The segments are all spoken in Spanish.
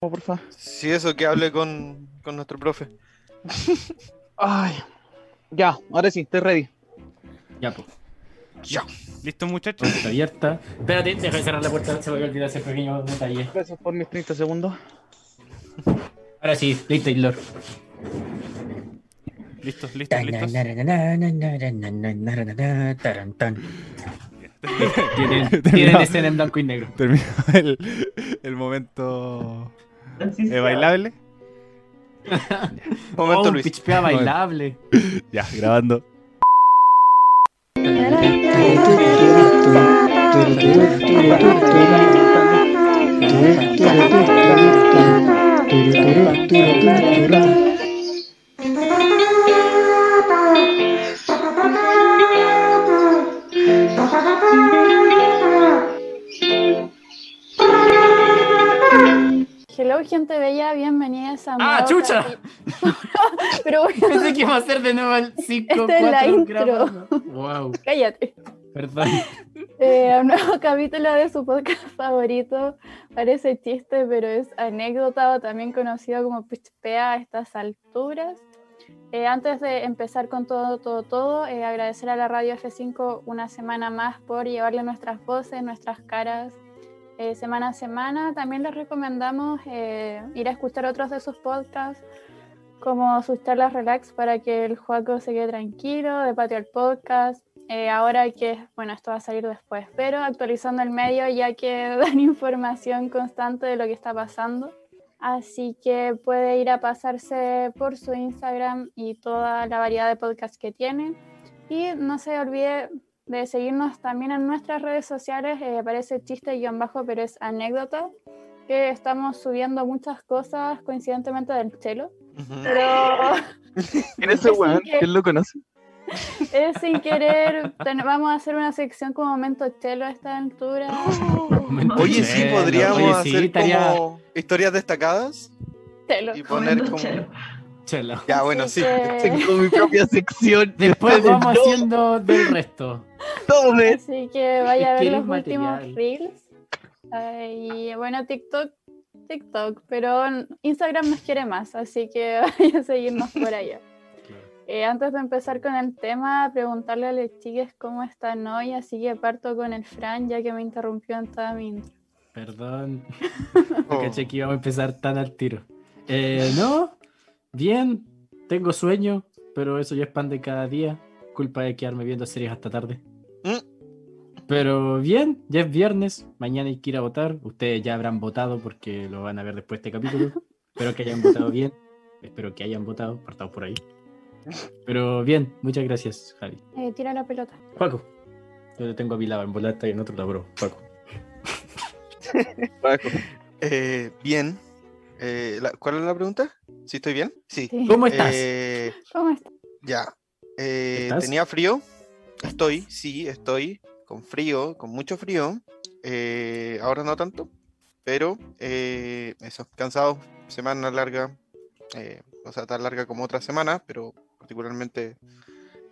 por favor. Si eso, que hable con, con nuestro profe. Ay. Ya, ahora sí, estoy ready. Ya, pues. ¿Listo, muchachos? Está abierta. Espérate, deja de cerrar la puerta, se me olvidó ese pequeño detalle. Gracias por mis 30 segundos. Ahora sí, Play Taylor. ¿Listos, listos, listos? Tienen, tienen escena en blanco y negro. Terminó el, el momento eh, bailable. Momento, oh, Luis. Pichpea bailable. Ya, grabando. Hello, gente bella, bienvenidas a. un ¡Ah, nuevo chucha! capítulo. Pero bueno, Pensé que iba a ser de nuevo el 5 Esta es la intro. Wow, cállate. perdón. Eh, a un nuevo capítulo de su podcast favorito. Parece chiste, pero es anécdota, o también conocido como Pichpea a estas alturas. Eh, antes de empezar con todo, todo, todo, eh, agradecer a la radio F5 una semana más por llevarle nuestras voces, nuestras caras, eh, semana a semana. También les recomendamos eh, ir a escuchar otros de sus podcasts, como sus charlas relax para que el Juaco se quede tranquilo, de Patio al Podcast. Eh, ahora que, bueno, esto va a salir después, pero actualizando el medio ya que dan información constante de lo que está pasando. Así que puede ir a pasarse por su Instagram y toda la variedad de podcasts que tienen. Y no se olvide de seguirnos también en nuestras redes sociales, eh, aparece chiste guión bajo, pero es anécdota, que estamos subiendo muchas cosas coincidentemente del chelo. Ujú. Pero ¿Quién es ese weón? que- ¿Quién lo conoce? es sin querer, ten- vamos a hacer una sección con momento chelo a esta altura. Oye, sí, Bueno, podríamos oye, sí, hacer estaría- como historias destacadas Chelo. y poner como. Chelo. Ya, Ah, bueno, Así sí. Eh, que- Tengo mi propia sección. Después Vale, vamos no. haciendo del resto. Todo de- Así que vaya a ver ¿Quieres los material? últimos reels. Ah, Y bueno, TikTok, TikTok, pero Instagram nos quiere más, así que vaya a seguirnos por allá. Eh, antes de empezar con el tema, preguntarle a los chiques cómo están hoy, así que parto con el Fran, ya que me interrumpió en toda mi intro. Perdón. Oh. Caché que íbamos a empezar tan al tiro. Eh, no, bien, tengo sueño, pero eso ya es pan de cada día. Culpa de quedarme viendo series hasta tarde. Pero bien, ya es viernes, mañana hay que ir a votar. Ustedes ya habrán votado porque lo van a ver después de este capítulo. Espero que hayan votado bien. Espero que hayan votado, partado por ahí. Pero bien, muchas gracias, Javi. Eh, tira la pelota. Juaco, yo lo tengo apilado en volata y en otro laburo. Juaco. Eh, bien. Eh, la- ¿Cuál es la pregunta? ¿Sí estoy bien? Sí. Sí. ¿Cómo estás? Eh, ¿Cómo estás? ya. Eh, ¿Estás? ¿Tenía frío? Estoy, sí, estoy. Con frío, con mucho frío. Eh, ahora no tanto. Pero, eh, eso, cansado. Semana larga. eh, o sea, tan larga como otras semanas, pero particularmente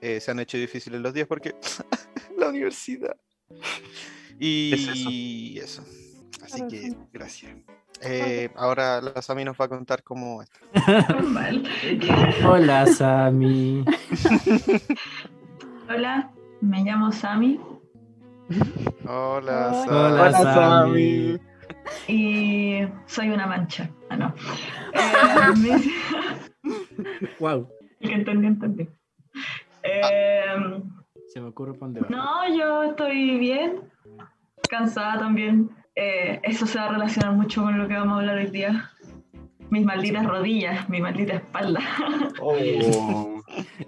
eh, se han hecho difíciles los días porque la universidad. Y eso. Así Claro, que, sí. gracias. Eh, ahora la Sami nos va a contar cómo está. Mal. Hola, Sami. Hola, me llamo Sami Hola, Sami. Hola, Hola, Sami. Sami. y soy una mancha. Ah, no. Eh, me- Wow. el que entendí, entendí. Eh, Se me ocurre por dónde va. no, yo estoy bien, cansada también. Eh, eso se va a relacionar mucho con lo que vamos a hablar hoy día. Mis malditas rodillas, mi maldita espalda.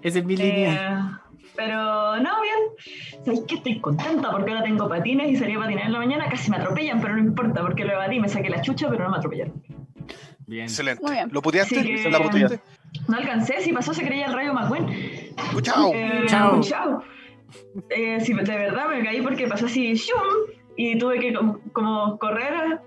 Esa es mi línea. Eh, pero no, bien. Sabéis que estoy contenta porque ahora tengo patines y salí a patinar en la mañana. Casi me atropellan, pero no importa porque lo evadí, me saqué la chucha, pero no me atropellaron. Bien. Excelente. Muy bien. ¿Lo puteaste? Así que- ¿La puteaste? No alcancé, si pasó se creía el rayo McQueen. ¡Chao! Eh, Chao. Chao. Eh, sí, de verdad me caí porque pasó así, ¡shum! Y tuve que como, como correr a,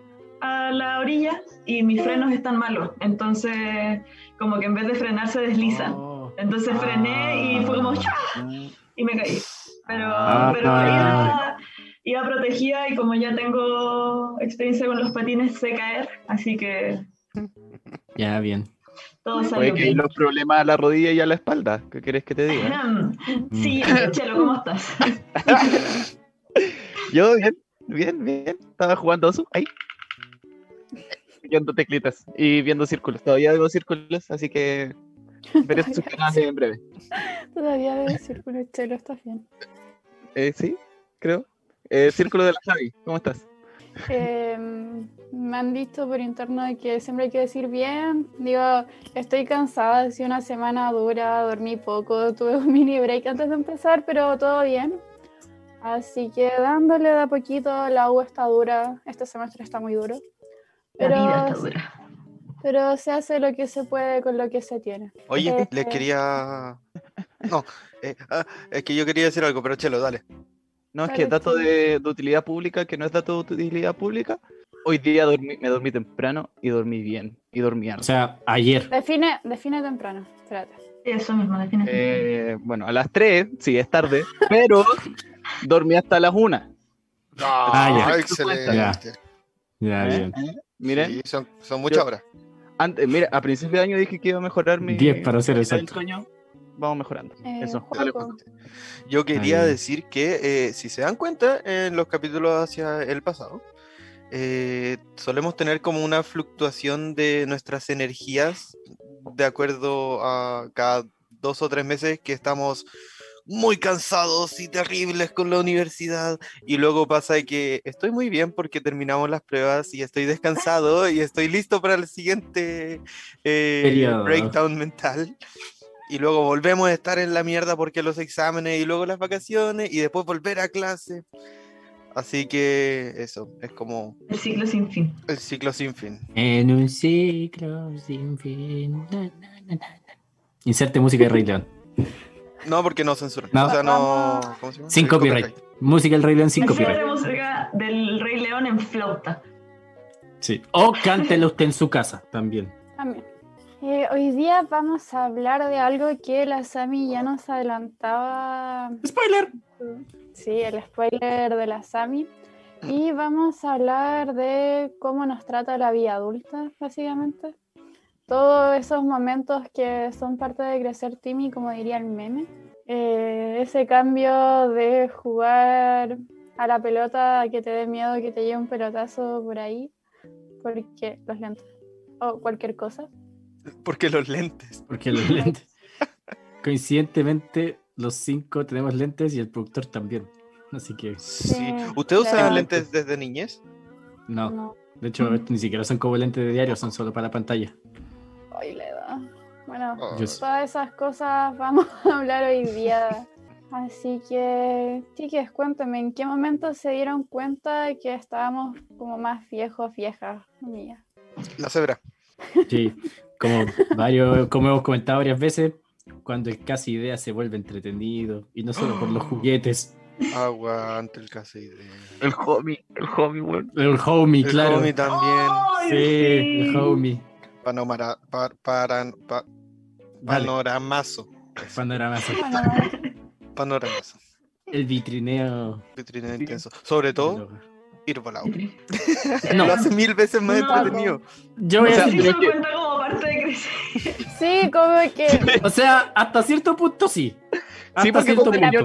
a la orilla y mis frenos están malos. Entonces, como que en vez de frenar se deslizan. Oh. Entonces frené y fue como ¡shua! y me caí. Pero, Ah. pero iba, iba protegida y como ya tengo experiencia con los patines, sé caer, así que Ya, bien. Todo salió Puede que hay bien. los problemas a la rodilla y a la espalda. ¿Qué querés que te diga? Ahem. Sí, Mm. Chelo, ¿cómo estás? Yo bien, bien, bien. Estaba jugando a su ahí. Viendo teclitas y viendo círculos. Todavía veo círculos, así que veré sus canales en breve. Todavía veo el círculo chelo, estás bien. Eh, sí, creo. Eh, círculo de la Javi, ¿cómo estás? Eh, me han dicho por interno de que siempre hay que decir bien. Digo, estoy cansada, ha sido una semana dura, dormí poco, tuve un mini break antes de empezar, pero todo bien. Así que dándole de a poquito, la U está dura, este semestre está muy duro. La Pero, vida está dura. pero se hace lo que se puede con lo que se tiene. Oye, Eh, les quería. No, eh, ah, es que yo quería decir algo, pero chelo, dale. No, es Hola, que dato Chelo. de, de utilidad pública, que no es dato de utilidad pública. Hoy día dormí- me dormí temprano y dormí bien. Y dormí O harto. sea, ayer. Define, define temprano, espérate. Eso mismo, definitivamente. Eh, bueno, a las 3, sí, es tarde, pero dormí hasta las 1. ya. Ah, excelente. Ya, ¿Eh? bien. Miren, Sí, son, son muchas Yo- horas. Antes, mira, a principio de año dije que iba a mejorar mi. 10 para ser mi exacto. sueño. Vamos mejorando. Eh, Eso. Joaco, Dale, Juan. Yo quería Ahí. decir que, eh, si se dan cuenta, en los capítulos hacia el pasado, eh, solemos tener como una fluctuación de nuestras energías de acuerdo a cada dos o tres meses que estamos muy cansados y terribles con la universidad y luego pasa que estoy muy bien porque terminamos las pruebas y estoy descansado y estoy listo para el siguiente eh, Periodo. breakdown mental y luego volvemos a estar en la mierda porque los exámenes y luego las vacaciones y después volver a clase así que eso es como El ciclo sin fin. el ciclo sin fin En un ciclo sin fin. na, na, na, na, na. Inserte música de Rey León. no porque no censuran No. o sea no Vamos. ¿cómo se llama? Sin Sí, copyright. Música del Rey León sin Me suena copyright. la música del Rey León en flauta. Sí. O cántelo usted en su casa también. También. Eh, hoy día vamos a hablar de algo que la Sami ya nos adelantaba. ¡Spoiler! Sí, el spoiler de la Sami. Y vamos a hablar de cómo nos trata la vida adulta, básicamente. Todos esos momentos que son parte de crecer Timmy, como diría el meme. Eh, ese cambio de jugar a la pelota, a que te dé miedo que te llegue un pelotazo por ahí, porque los lentes, o cualquier cosa. porque los lentes Porque los lentes. Coincidentemente, los cinco tenemos lentes y el productor también. Así que, sí. Sí, usted usa claro. lentes desde niñez no. No, De hecho, esto ni siquiera son como lentes de diario, son solo para pantalla. hoy le da. Bueno, Oh, Yo Ah. sí. todas esas cosas vamos a hablar hoy día. Así que, chiques, cuéntame, ¿en qué momento se dieron cuenta de que estábamos como más viejos, viejas? Mía. la cebra Sí, como, varios, como hemos comentado varias veces, cuando el casi idea se vuelve entretenido, y no solo por los juguetes, aguante el casi de... El homie, el homie, weón. el homie, el claro. homie también ¡Ay, Sí, el homie. panomara, pa- paran- pa- Dale, Ah, panoramazo panoramazo. Bueno, panoramazo El vitrineo. Vitrineo intenso sobre todo del hogar. Irbalao No, lo hace mil veces más No. entretenido yo voy o a sea, Sí, decir- se me cuenta como parte de crecer. sí, como que... O sea, hasta cierto punto sí. Hasta porque cierto como punto. que yo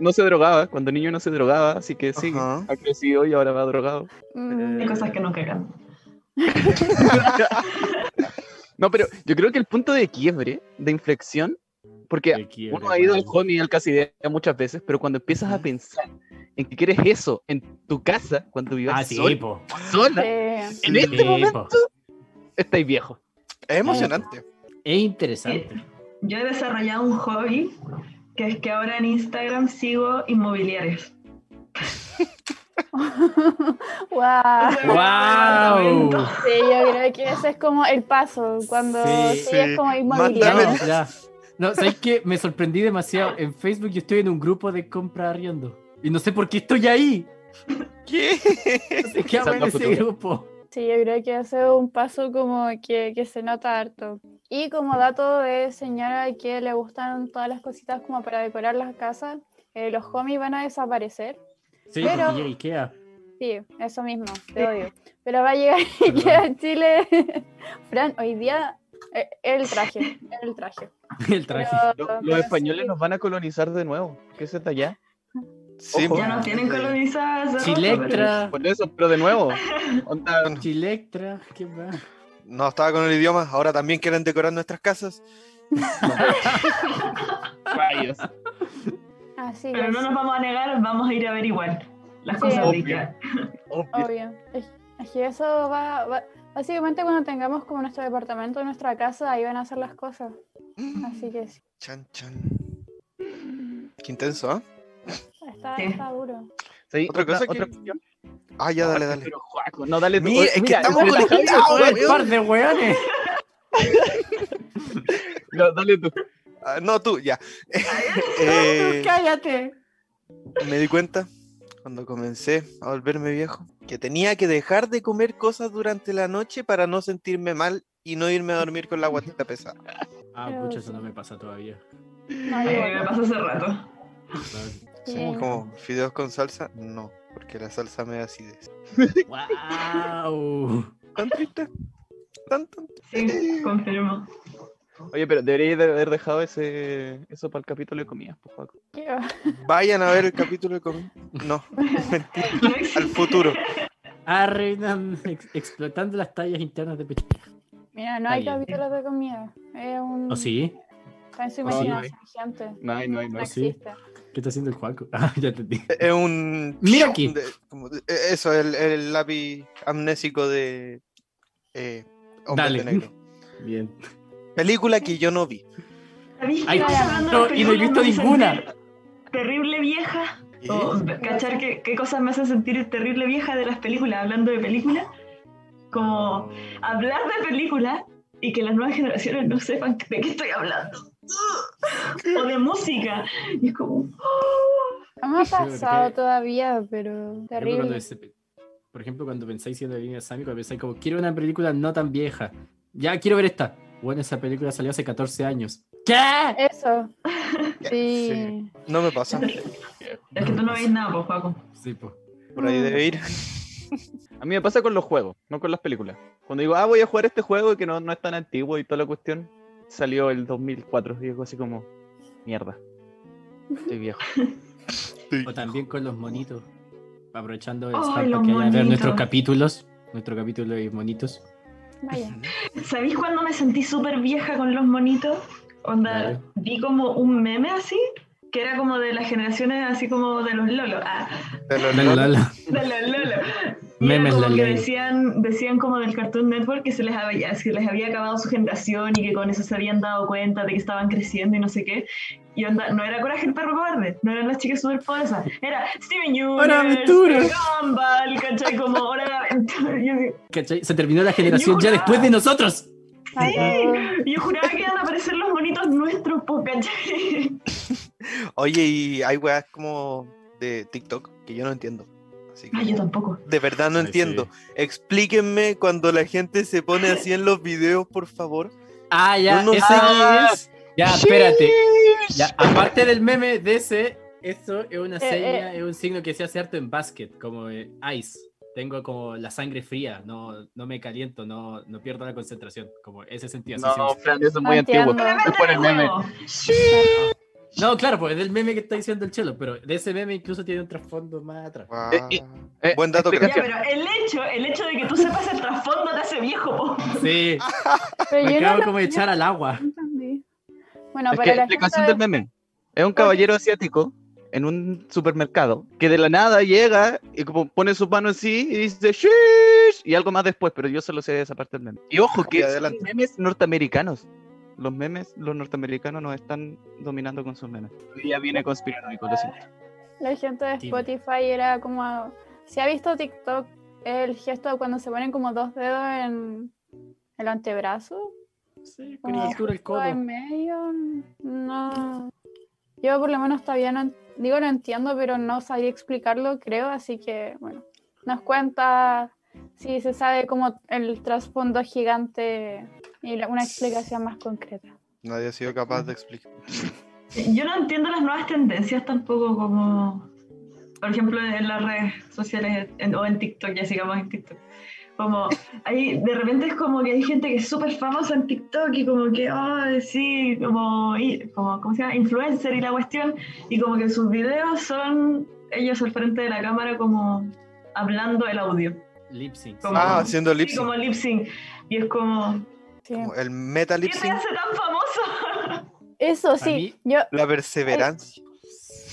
No se drogaba, cuando niño no se drogaba, así que sí, Ajá. ha crecido y ahora va drogado. Mm, Hay cosas que no cagan. No, pero yo creo que el punto de quiebre, de inflexión, porque Te quiero, uno ha ido al weón. homie y al casi idea muchas veces, pero cuando empiezas a pensar en que quieres eso en tu casa, cuando vivas Ah, sí, sol- po. sola, eh, en este Sí, po. momento, estáis viejo. es emocionante Es interesante. Yo he desarrollado un hobby que es que ahora en Instagram sigo inmobiliarios. wow. ¡Wow! Sí, yo creo que ese es como el paso, cuando Sí. sí, es Sí. como Mándame- inmobiliario. No, ya. No, ¿sabes qué? Me sorprendí demasiado. En Facebook yo estoy en un grupo de compra arriendo. Y no sé por qué estoy ahí. ¿Qué? No sé qué hago en Salva ese futuro. grupo. Sí, yo creo que ese es un paso como que, que se nota harto. Y como dato de señora que le gustan todas las cositas como para decorar las casas, eh, los homies van a desaparecer. Sí, Pero- porque llega Ikea. Sí, eso mismo, te odio. Pero va a llegar Ikea a Chile. Fran, hoy día eh, el traje, el traje. El traje. Pero- Lo- pero los españoles sí. nos van a colonizar de nuevo. ¿Qué es de allá? Sí, Ojo. po. Ya nos tienen colonizadas. hace rato, Chilectra, Por eso, pero de nuevo. Onda, Chilectra, ¿qué más? No estaba con el idioma, ahora también quieren decorar nuestras casas. rayos. Así Pero es, no nos vamos a negar, vamos a ir a ver igual las Sí. cosas Obvio. ricas. Obvio. obvio. Es- es que eso va, va- Básicamente cuando tengamos como nuestro departamento, nuestra casa, ahí van a hacer las cosas. Así que sí, Chan, chan. Qué intenso, ¿ah? está, Sí. está duro. Sí, Otra cosa que- cuestión. Ah, ya, dale, dale. Pero, Juaco, no, dale tú. Mira, es que estamos espera, conectados, Javier, ¡Oye, par de weones! no, dale tú. Ah, no, tú, ya. Eh, ¡Cállate! me di cuenta cuando comencé a volverme viejo que tenía que dejar de comer cosas durante la noche para no sentirme mal y no irme a dormir con la guatita pesada. Ah, Pero- pucha, eso no me pasa todavía. No, yo Eh, me igual. pasó hace rato. Sí. Somos como fideos con salsa, no, porque la salsa me da acidez. ¡Wow! Tan triste. Tan, tan Sí, confirmo. Oye, pero deberíais de haber dejado ese, eso para el capítulo de comidas, pues, Juaco. Qué va- Vayan a ver el capítulo de comi- No, mentira. No Al existe. futuro. Arruinan, Ah, ex- explotando las tallas internas de Pech. Mira, no hay Está bien. capítulos de comida. Es un... ¿O ¿Oh, sí? ¿Ah, Está en su No, no hay. imaginación, gente. No hay, no hay, no No hay. sí. existe. ¿Qué está haciendo el Juaco? Ah, ya entendí. Es un. Mira aquí. de- como de- eh, eso, el, el lápiz amnésico de. Eh, Hombres Dale. de Negro. Bien. Película que yo no vi. ¿Sabéis que Ay, estaba hablando de no, y no he películas, visto me hizo ninguna. sentir Terrible vieja. ¿Eh? O cachar qué, qué cosas me hacen sentir terrible vieja de las películas, hablando de películas. Como hablar de películas y que las nuevas generaciones no sepan de qué estoy hablando. O de música. Y es como. No me ha Sí, porque- pasado todavía, pero Por ejemplo, cuando terrible. se- Por ejemplo, cuando pensáis siendo de línea Sammy, cuando pensáis como, quiero una película no tan vieja. Ya, quiero ver esta. Bueno, esa película salió hace 14 años. ¿Qué? Eso. Sí. Sí. No me pasa. Es que tú no veis nada, pues, Paco. Sí, po. Por ahí debe ir. A mí me pasa con los juegos, no con las películas. Cuando digo, ah, voy a jugar este juego que no, no es tan antiguo y toda la cuestión, salió el 2004 y digo así como, mierda, estoy viejo. O también con los monitos. Aprovechando el Ay, spam los para que vayan a ver monitos. nuestros capítulos. Nuestro capítulo de monitos. Mm, Vaya. ¿Sabéis cuándo me sentí súper vieja con los monitos? Onda, Dale. vi como un meme así, que era como de las generaciones así como de los lolos. Ah, Te lo- La, la, la. de los lolos. Y era Memes como la que ley. decían, decían como del Cartoon Network que se les, había, se les había acabado su generación y que con eso se habían dado cuenta de que estaban creciendo y no sé qué. Y onda, no era Coraje el perro cobarde, no eran las chicas súper poderosas, era Steven Hora de aventura. Universe, Gumball, ¿cachai? Como Hora de Aventura. Yo digo, ¿Cachai? Se terminó la generación ya Yura. después de nosotros. Acabó. Ah. Y Yo juraba que iban a aparecer los monitos nuestros, po, ¿cachai? Oye, y hay weas como de TikTok que yo no entiendo. Así Ah, No, yo que. tampoco. De verdad no Ay, sí. entiendo. Explíquenme cuando la gente se pone así en los videos, por favor. Ah, ya. No, no ese- sé. Ya, espérate. Ya, aparte del meme de ese, eso es una seña, es un signo que se hace harto en basket, como eh, ice. Tengo como la sangre fría, no, no me caliento, no, no pierdo la concentración. Como ese sentido. así No, se- Fran, eso es No muy antiguo. Ah. entiendo. Es por el meme. no, claro, pues es del meme que está diciendo el chelo, pero de ese meme incluso tiene un trasfondo más atrás. Guau. Eh, eh, eh, Buen dato, Ya, creo. explicación. pero el hecho, el hecho de que tú sepas el trasfondo te hace viejo, po. Sí, Pero me yo no acabo lo- como de echar al agua. no entendí. Es Bueno, que para la la explicación gente- del meme. Es un caballero asiático en un supermercado que de la nada llega y como pone sus manos así y dice "Sheesh", y algo más después, pero yo solo sé esa parte del meme. Y ojo que Y son adelante. memes norteamericanos. Los memes, los norteamericanos nos están dominando con sus memes. Ya viene conspiranoico, lo siento. La gente de Dime. Spotify era como. Si ha visto TikTok, el gesto de cuando se ponen como dos dedos en el antebrazo, Sí, como caricatura el justo en codo. medio, no. Yo por lo menos todavía no. Digo, lo entiendo, pero no sabía explicarlo, creo, así que, bueno. Nos cuenta si se sabe como el trasfondo gigante y la- una explicación más concreta. Nadie ha sido capaz de explicar. Yo no entiendo las nuevas tendencias tampoco, como. por ejemplo, en las redes sociales en- o en TikTok, ya sigamos en TikTok. Como, ahí de repente es como que hay gente que es súper famosa en TikTok y como que, ay, sí, como, y- como, ¿cómo se llama? Influencer y la cuestión. Y como que sus videos son ellos al frente de la cámara como hablando el audio. Lip sync. Como- Ah, haciendo Sí, lip sync. como lip sync. Y es como, Sí. Como El meta ¿qué lip te sync, hace tan famoso? Eso A mí- sí, yo, la perseverancia.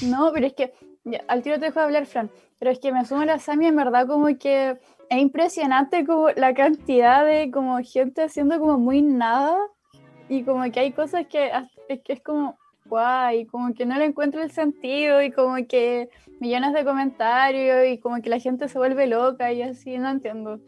No, pero es que ya, al tiro te dejo hablar, Fran. Pero es que me sumo a la Sami, en verdad, como que es impresionante como la cantidad de como gente haciendo como muy nada y como que hay cosas que as- es que es como guay, como que no le encuentro el sentido y como que millones de comentarios y como que la gente se vuelve loca y así, no entiendo.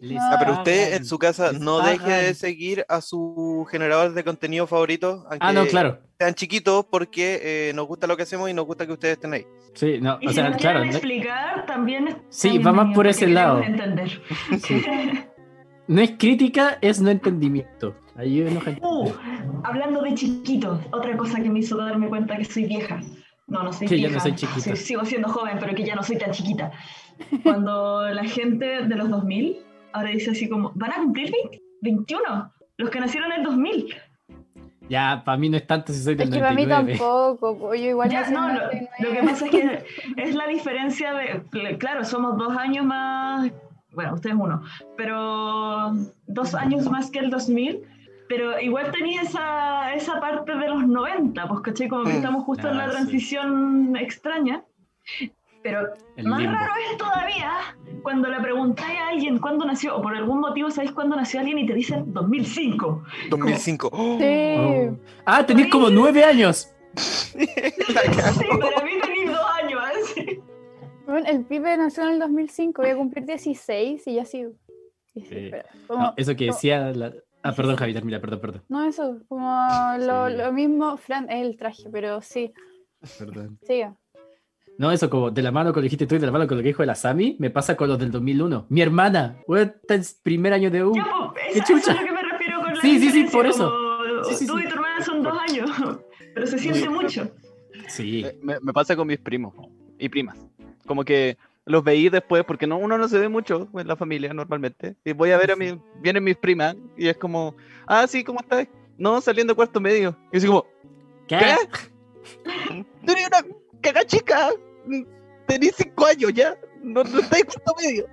Les Ah, Ah, pero usted pagan. en su casa les no deje de pagan. seguir a su generador de contenido favorito, aunque Ah, no, claro. sean chiquitos, porque eh, nos gusta lo que hacemos y nos gusta que ustedes estén ahí. Sí, no, Y o si sea, nos claro. quieren no- explicar, también está Sí, bien, va más por niños, porque ese lado. queremos entender. sí. No es crítica, es no entendimiento. Ayúdenos a entender. Oh. Uh, hablando de chiquito, otra cosa que me hizo darme cuenta que soy vieja. No, no soy Que ya vieja. no soy chiquita. Sí, sigo siendo joven, pero que ya no soy tan chiquita. Cuando la gente de los 2000 ahora dice así como, ¿van a cumplir 20? 21? Los que nacieron en 2000. Ya, para mí no es tanto si soy del Es que para mí 99. tampoco, po, yo igual Ya, nací en no, lo, 99. lo que pasa es que es la diferencia de, claro, somos dos años más, bueno, usted es uno, pero dos años más que el 2000, pero igual tenía esa, esa parte de los 90, pues caché, como que Mm. estamos justo en Ah, la sí. transición extraña. Pero El más limbo. raro es todavía cuando le preguntáis a alguien cuándo nació, o por algún motivo sabéis cuándo nació alguien y te dicen 2005. 2005. ¡Oh! Sí. Oh. Ah, tenés como nueve años. La cagó. Sí, para mí tenéis dos años, ¿eh? así. Bueno, el pibe nació en el 2005, voy a cumplir 16 y ya sigo. Sí, sí, Sí. espera, como- No, eso que como- decía la- Ah, perdón, Javier, mira, perdón, perdón. No, eso, como lo, Sí. lo mismo, Fran, es el traje, pero sí, Perdón. sigue. No, eso como de la mano con lo que dijiste tú y de la mano con lo que dijo el Asami, me pasa con los del 2001. Mi hermana, weón, está en primer año de U. Ya, pues, qué esa- eso, chucha. es lo que me refiero con la Sí, sí, sí, por diferencia, eso. como Sí, sí, tú sí. y tu hermana son dos años, pero se siente mucho. Sí. Eh, Me, me pasa con mis primos y primas. Como que los veí después, porque no, uno no se ve mucho en la familia normalmente. Y voy a ver a mi, vienen mis primas y es como, ah, sí, ¿cómo estás? No, saliendo de cuarto medio. Y así como, ¿Qué? ¿Qué? tú eres una caga chica. Tenés cinco años ya. No, no estáis en cuarto medio.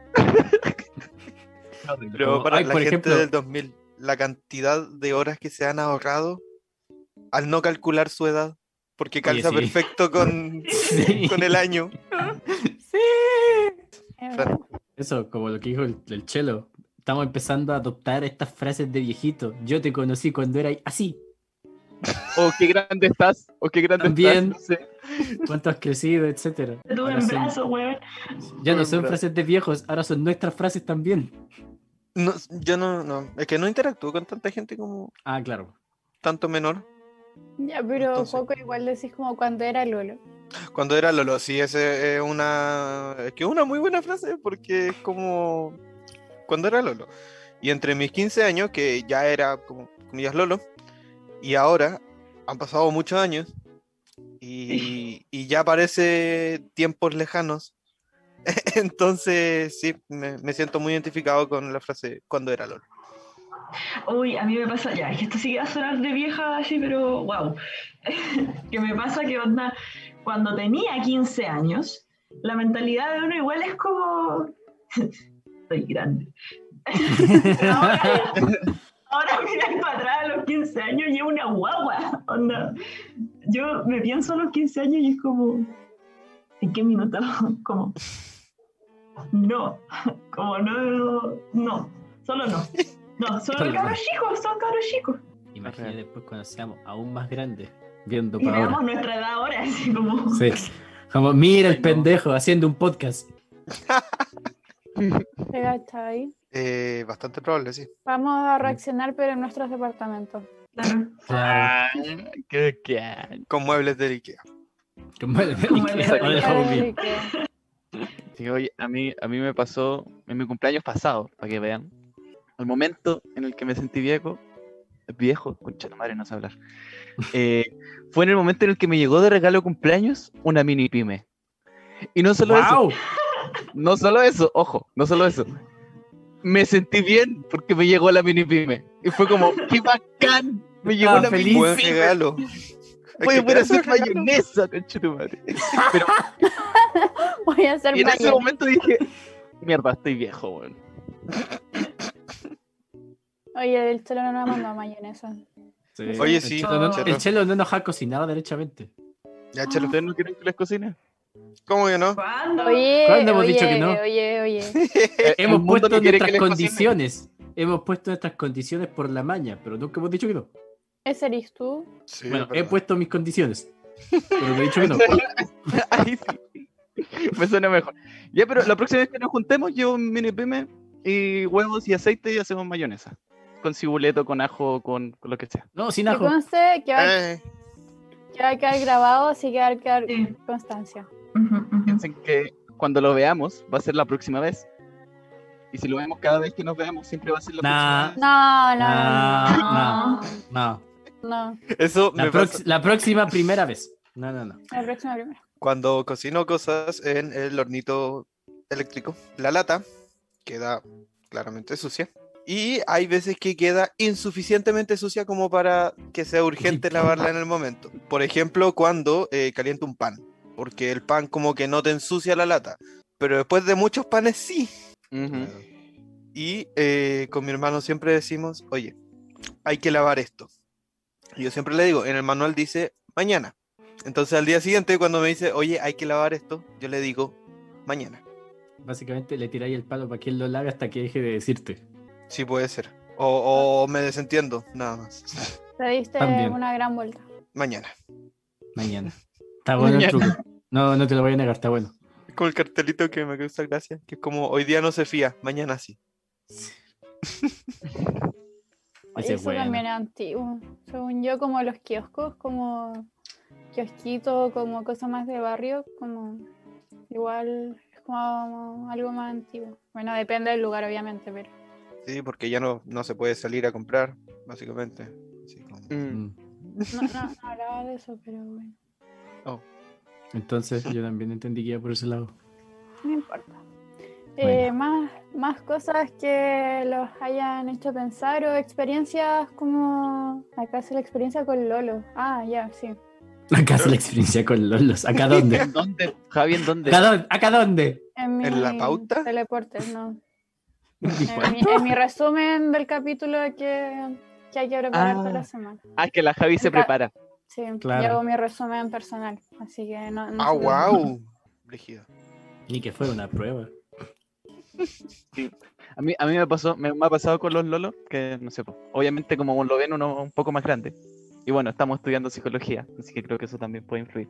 Pero Como, para ay, la por gente ejemplo- del 2000, la cantidad de horas que se han ahorrado al no calcular su edad, porque calza sí. perfecto con, Sí. con el año. Eh, Fran. Eso, como lo que dijo el, el Chelo. Estamos empezando a adoptar estas frases de viejito. Yo te conocí cuando eras así. O qué grande estás. O qué grande estás. También. no sé. ¿Cuánto has crecido, etcétera? Te tuve Ahora en son- brazos, weón. ya no en son bra- frases de viejos, ahora son nuestras frases también. No, yo no, no, es que no interactúo con tanta gente como Ah, claro. tanto menor. Ya, pero Entonces- poco igual decís como cuando era Lolo. Cuando era Lolo, sí, ese es una. Es que es una muy buena frase, porque es como. Cuando era Lolo. Y entre mis 15 años, que ya era, como comillas, Lolo, y ahora han pasado muchos años, y, y ya parece tiempos lejanos. Entonces, sí, me, me siento muy identificado con la frase cuando era Lolo. Uy, a mí me pasa, ya, es que esto sí que va a sonar de vieja así, pero wow. que me pasa que onda, cuando tenía 15 años, la mentalidad de uno igual es como. Estoy grande. ahora, ahora mirar para atrás a los 15 años y es una guagua. Onda. Yo me pienso a los 15 años y es como. ¿En qué minuto? como. No, como no, no, solo no. No, Solo son no. cabros chicos, son cabros chicos. Imagina Ajá. después cuando seamos aún más grandes, viendo Y para veamos ahora. nuestra edad ahora, así como. Sí. Como, mira el No. pendejo haciendo un podcast. ¿Te cachai? Eh, bastante probable, sí. Vamos Mm. a reaccionar, pero en nuestros departamentos. Claro. Ah. Claro. Ah, Qué- qué- Con muebles de Ikea. Como el- Como el- Ahora Deja Claro, dejamos Ah, bien. de que- Sí, oye, a mí, a mí me pasó en mi cumpleaños pasado, para que vean. El momento en el que me sentí viejo, viejo, concha la madre, no sé hablar. Eh, fue en el momento en el que me llegó de regalo de cumpleaños una mini pyme. Y no solo eso, ¡Wow! no solo eso, ojo, no solo eso. Me sentí bien porque me llegó la mini pyme. Y fue como, ¡qué bacán! Me llegó Ah, la feliz. mini Buen pyme. regalo. Voy a poder hacer Gracias, regalo. mayonesa, conchetumare. Pero Voy a hacer y en ese mañana. momento dije, mierda, estoy viejo, weón. Oye, el chelo no nos ha mandado mayonesa. Oye, sí, El chelo no- chelo. el chelo no nos ha cocinado derechamente. Ya, chelo. ¿Ustedes no quieren que les cocine? ¿Cómo que no? ¿Cuándo? Oye, ¿Cuándo hemos oye, dicho que no? oye, oye. Eh, el Hemos mundo puesto no quiere que nuestras les cocine. condiciones. Hemos puesto nuestras condiciones por la maña, pero nunca hemos dicho que no. ¿Ese eres tú? Sí, bueno, es eh, pues, he verdad. puesto mis condiciones. Pero no he dicho que no. Ahí sí. Me suena mejor. Ya, pero la próxima vez que nos juntemos, llevo un mini pyme y huevos y aceite y hacemos mayonesa. Con cibuleto, con ajo, con, con lo que sea. No, sin Que ajo. conste que va, Eh, que va a quedar grabado, así que va a quedar Sí. constancia. Ujú, ujú. Piensen que cuando lo veamos va a ser la próxima vez. Y si lo vemos cada vez que nos veamos, siempre va a ser la Nah. próxima No, Ah, No. No, no, no. no, no. No, no. Eh, Eso La, me prox- pasa. la próxima primera vez. No, no, no. La próxima primera. Cuando cocino cosas en el hornito eléctrico, la lata queda claramente sucia. Y hay veces que queda insuficientemente sucia como para que sea urgente lavarla en el momento. Por ejemplo, cuando eh, caliento un pan, porque el pan como que no te ensucia la lata. Pero después de muchos panes sí. vez. Ujú. Y eh, con mi hermano siempre decimos, oye, hay que lavar esto. Y yo siempre le digo, en el manual dice mañana. Entonces al día siguiente cuando me dice, oye, hay que lavar esto, yo le digo mañana. Básicamente le tiráis el palo para que él lo lave hasta que deje de decirte. Sí puede ser. O, o me desentiendo, nada más. Te diste También. una gran vuelta. Mañana. Mañana. Está bueno el truco. No, no te lo voy a negar, está bueno. Es como el cartelito que me gusta gracia, que es como hoy día no se fía, mañana sí. Ese es Eso bueno. también es antiguo. Según yo, como los kioscos, como kiosquito, como cosas más de barrio, como igual es como algo más antiguo. Bueno, depende del lugar, obviamente, pero Sí, porque ya no, no se puede salir a comprar, básicamente. Así como- Mm. Mm. no, no, no hablaba de eso, pero bueno, Entonces yo también entendí que iba por ese lado. no importa. Eh, más, más cosas que los hayan hecho pensar o experiencias como acá hace la experiencia con Lolo. Ah, ya, sí. Acá es la experiencia con Lolos. ¿Acá dónde? ¿En dónde? Javi, ¿en dónde? ¿Acá dónde? ¿Acá dónde? En, mi ¿En la pauta? Teleporte, no. Dijo, En mi, en mi resumen del capítulo que, que hay que preparar Ah. toda la semana. Ah, es que la Javi se Acá. prepara. Sí, Claro. llevo mi resumen personal, así que no... no Ah, se- wow. Brígido. Ni que fuera una prueba. A mí, a mí me, pasó, me, me ha pasado con los lolos, que no sé, po, obviamente como lo ven uno un poco más grande. Y bueno, estamos estudiando psicología, así que creo que eso también puede influir.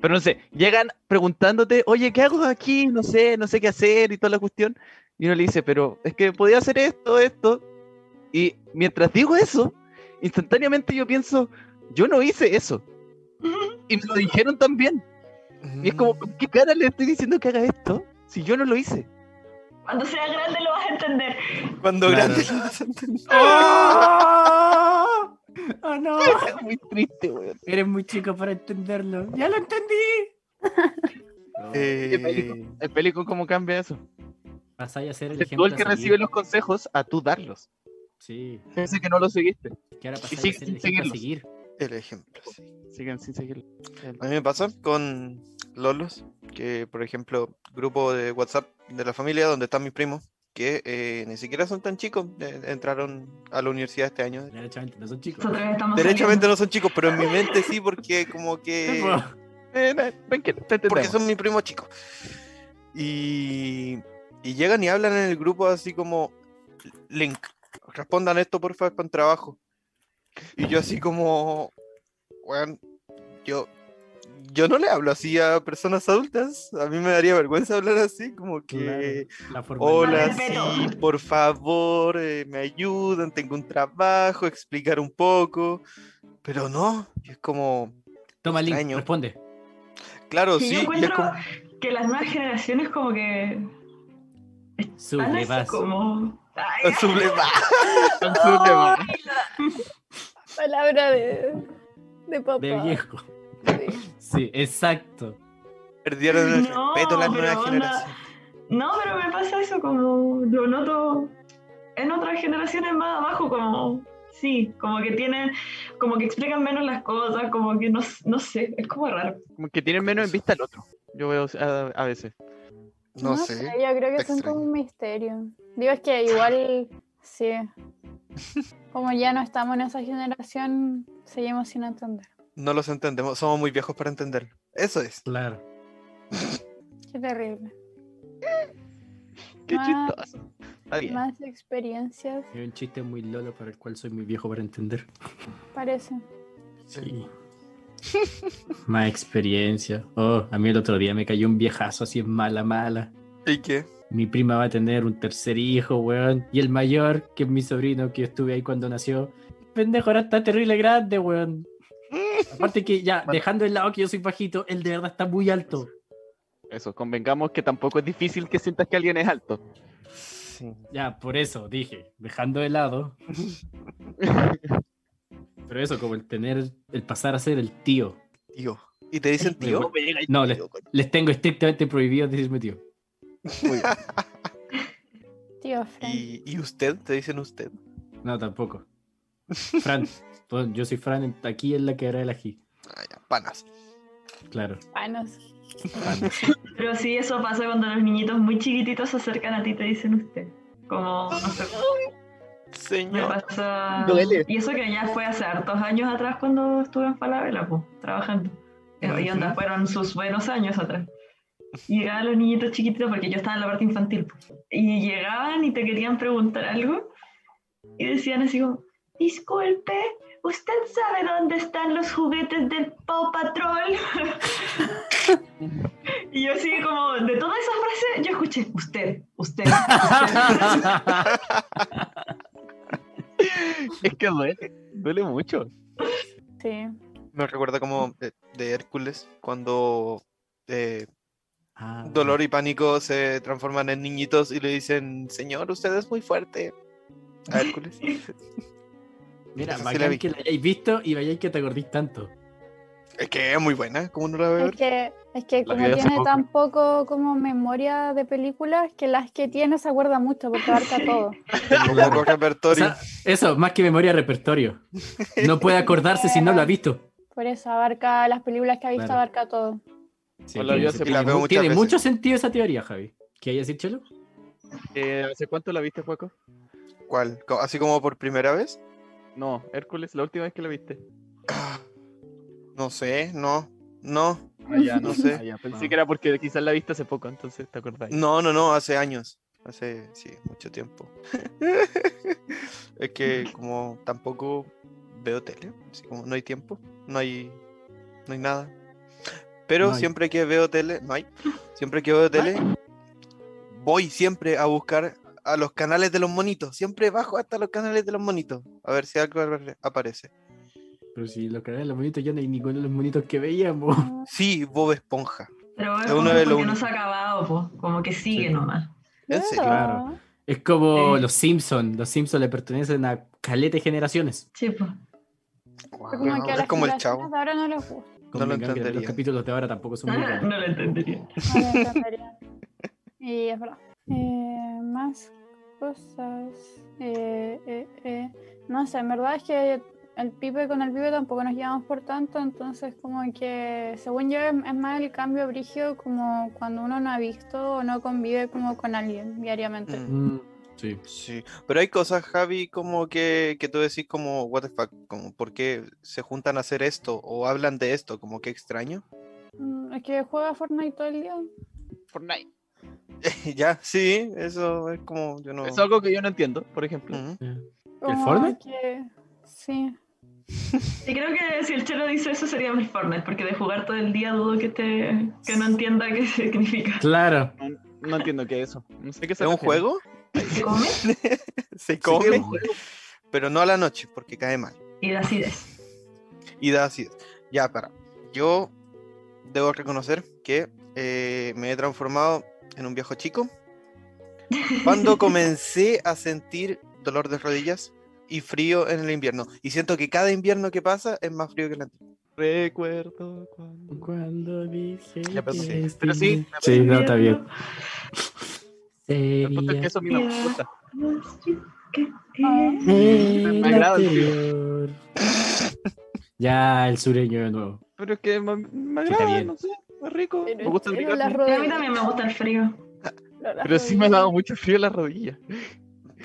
Pero no sé, llegan preguntándote, oye, ¿qué hago aquí? No sé, no sé qué hacer y toda la cuestión. Y uno le dice, pero es que podía hacer esto, esto. Y mientras digo eso, instantáneamente yo pienso, yo no hice eso. Y me lo dijeron también. Y es como, ¿con qué cara le estoy diciendo que haga esto? Si yo no lo hice. Cuando sea grande lo vas a entender. Cuando Claro. grande lo vas a entender. ¡Ah! ¡Oh! no! Es muy triste, weón. Eres muy chico para entenderlo. ¡Ya lo entendí! Eh, Qué peligro. El Pelicón, ¿cómo cambia eso? Pasáis a ser el Eres ejemplo. Tú el que a seguir. recibe los consejos, a tú darlos. Sí, Pensé que no lo seguiste. que ahora pasáis sigue a ser sin el ejemplo a seguirlos. seguir. El ejemplo, sí. Sigan sin seguirlo. A mí me pasa con Lolos, que por ejemplo, grupo de WhatsApp de la familia donde están mis primos, que eh, ni siquiera son tan chicos, eh, entraron a la universidad este año. Derechamente, no son chicos. Nosotros estamos Derechamente saliendo. no son chicos, pero en mi mente sí, porque como que... Eh, no, tranquilo, te entendemos. porque son mis primos chicos. Y, y llegan y hablan en el grupo así como, Link, respondan esto por favor con trabajo. Y yo así como, weón, yo, yo no le hablo así a personas adultas, a mí me daría vergüenza hablar así, como que, Claro, la hola, formalidad. sí, por favor, eh, me ayudan, tengo un trabajo, explicar un poco, pero no, es como, Toma, Link, extraño. responde. claro, Sí, sí, y yo es encuentro como... que las nuevas generaciones como que están así Sublevas. como... Ay, sublevado. Palabra de, de papá. De viejo. Sí. Sí, exacto. Perdieron el No, respeto las pero nuevas onda- generaciones. No, pero me pasa eso, como lo noto en otras generaciones más abajo, como sí, como que tienen, como que explican menos las cosas, como que no, no sé, es como raro. Como que tienen menos en vista al otro. Yo veo a, a veces. No, sé. Yo creo que son extraño. como un misterio. Digo, es que igual, sí. Como ya no estamos en esa generación, seguimos sin entender. No los entendemos. Somos muy viejos para entenderlo. Eso es. Claro. Qué terrible. Qué Más- chistoso. Está bien. Más experiencias, Es un chiste muy lolo para el cual soy muy viejo para entender. parece. Sí. Más experiencia. Oh, a mí el otro día me cayó un viejazo así en mala, mala. ¿Y qué? Mi prima va a tener un tercer hijo, weón. Y el mayor, que es mi sobrino, que yo estuve ahí cuando nació. Pendejo, ahora está terrible grande, weón. Aparte que ya, dejando el lado que yo soy bajito, él de verdad está muy alto. Eso, convengamos que tampoco es difícil que sientas que alguien es alto. Sí. Ya, por eso dije, dejando de lado. Pero eso, como el tener, el pasar a ser el tío. Tío. ¿Y te dicen Pero- tío? No, les, les tengo estrictamente prohibido decirme tío. Tío Frank. ¿Y, y usted? ¿Te dicen usted? No, tampoco. Fran, pues, yo soy Fran, en- aquí es la que era el ají. Ah, ya, panas. Claro. Panos. Fran. Pero sí, eso pasa cuando los niñitos muy chiquititos se acercan a ti y te dicen usted. Como, no sé, me Señor. pasa. Duele. Y eso que ya fue hace hartos años atrás cuando estuve en Falabella, pues, trabajando. Eh, Y onda, fueron sus buenos años atrás. Y llegaban los niñitos chiquititos, porque yo estaba en la parte infantil, po. y llegaban y te querían preguntar algo, y decían así como, disculpe, ¿usted sabe dónde están los juguetes del Paw Patrol? y yo así como, de toda esa frase, yo escuché, usted, usted, usted. Es que duele. Duele mucho. Sí. Me recuerda como de, de Hércules cuando eh, Ah, Dolor y Pánico se transforman en niñitos y le dicen, señor, usted es muy fuerte. A Hércules. Mira, esa sí bacán la vi. que la hayáis visto y vayáis que te acordís tanto. Es que es muy buena, como no la veo. Es que, es que La como vi hace tiene poco. tan poco como memoria de películas, que las que tiene se acuerda mucho porque abarca todo. Poco O repertorio. sea, eso, más que memoria repertorio. No puede acordarse si no lo ha visto. Por eso abarca las películas que ha visto, Claro. abarca todo. Sí, O la vi tiene hace tiene poco. La veo mu- muchas tiene veces. mucho sentido esa teoría, Javi. ¿Qué hayas dicho, Chelo? Eh, ¿Hace cuánto la viste, Juaco? ¿Cuál? Co- ¿Así como por primera vez? No, Hércules, la última vez que la viste. Ah, No sé, no, no, Ah, ya, no sé. ya, pensé que era porque quizás la viste hace poco, entonces te acordáis. No, no, no, hace años. Hace, sí, mucho tiempo. es que como tampoco veo tele, así como no hay tiempo, no hay, no hay nada. Pero No hay. siempre que veo tele, no hay, siempre que veo tele, voy siempre a buscar a los canales de los monitos. Siempre bajo hasta los canales de los monitos. A ver si algo apare- aparece. Pero si lo que de los monitos ya no hay ninguno de los monitos que veíamos. Ah, Sí, Bob Esponja. Pero Es es uno como de los que no únicos. se ha acabado, po, como que sigue Sí. nomás. ¿En serio? Claro. Es como Sí. los Simpsons. Los Simpsons le pertenecen a caleta de generaciones. Sí, po. Es como que a es las como el generaciones chavo. de ahora no les gusta. Convengamos que Los entendería. capítulos de ahora tampoco son muy buenos. no lo entendería. no les encantaría. y es verdad. Eh, más cosas. Eh, eh, eh. No sé, en verdad es que el pipe con el pipe tampoco nos llevamos por tanto, entonces como que según yo es, es más el cambio brigio como cuando uno no ha visto o no convive como con alguien diariamente. Mm. Mm, sí. Sí, pero hay cosas, Javi, como que, que tú decís como, what the fuck, como, ¿por qué se juntan a hacer esto o hablan de esto? Como que extraño. Mm, Es que juega Fortnite todo el día. Fortnite. ya, sí, eso es como, yo no... Es algo que yo no entiendo, por ejemplo. Ujú. Como Fortnite? que- Sí. Y creo que si el chelo dice eso sería el Fortnite, porque de jugar todo el día dudo que, te, que no entienda qué significa. Claro. No entiendo qué es eso. No sé qué ¿Es un juego? Se come Se Sí, es come, un juego. pero no a la noche, porque cae mal. y la acidez. Y da así. Ya, para. Yo debo reconocer que eh, me he transformado en un viejo chico. Cuando comencé a sentir dolor de rodillas y frío en el invierno. Y siento que cada invierno que pasa es más frío que el anterior. Recuerdo cuando. Cuando dije Ya, pero que sí. este Pero sí, mes me Sí, no, está bien. El punto es que eso a mí no me gusta. Ah. sería el me agrada el tío. anterior. Ya, el sureño de nuevo. Pero es que me, me Sí, está agrada, bien. no sé. Es rico. Pero Me gusta el pero rico. las Y rodillas- a mí también me gusta el frío. pero las Pero sí me ha rodillas. dado mucho frío en las rodillas.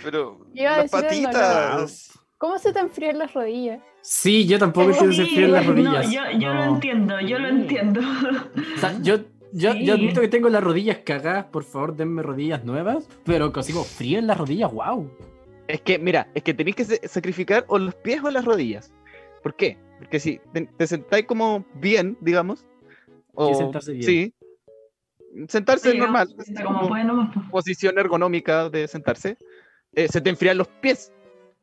Pero. Yo iba a Las decir el dolor. patitas. ¿Cómo se te enfrían las rodillas? Sí, yo tampoco quiero Sí, ese frío en las rodillas. No, yo, yo lo No. entiendo, yo lo entiendo. O sea, yo, yo, yo Sí. admito que tengo las rodillas cagadas, por favor, denme rodillas nuevas, pero consigo frío en las rodillas, wow. Es que, mira, es que tenéis que se- sacrificar o los pies o las rodillas. ¿Por qué? Porque si te, te sentáis como bien, digamos. O, sentarse bien. Sí. Sentarse Sí, normal. está así Como como- puede nomás. po. posición ergonómica de sentarse, eh, se te enfrían los pies.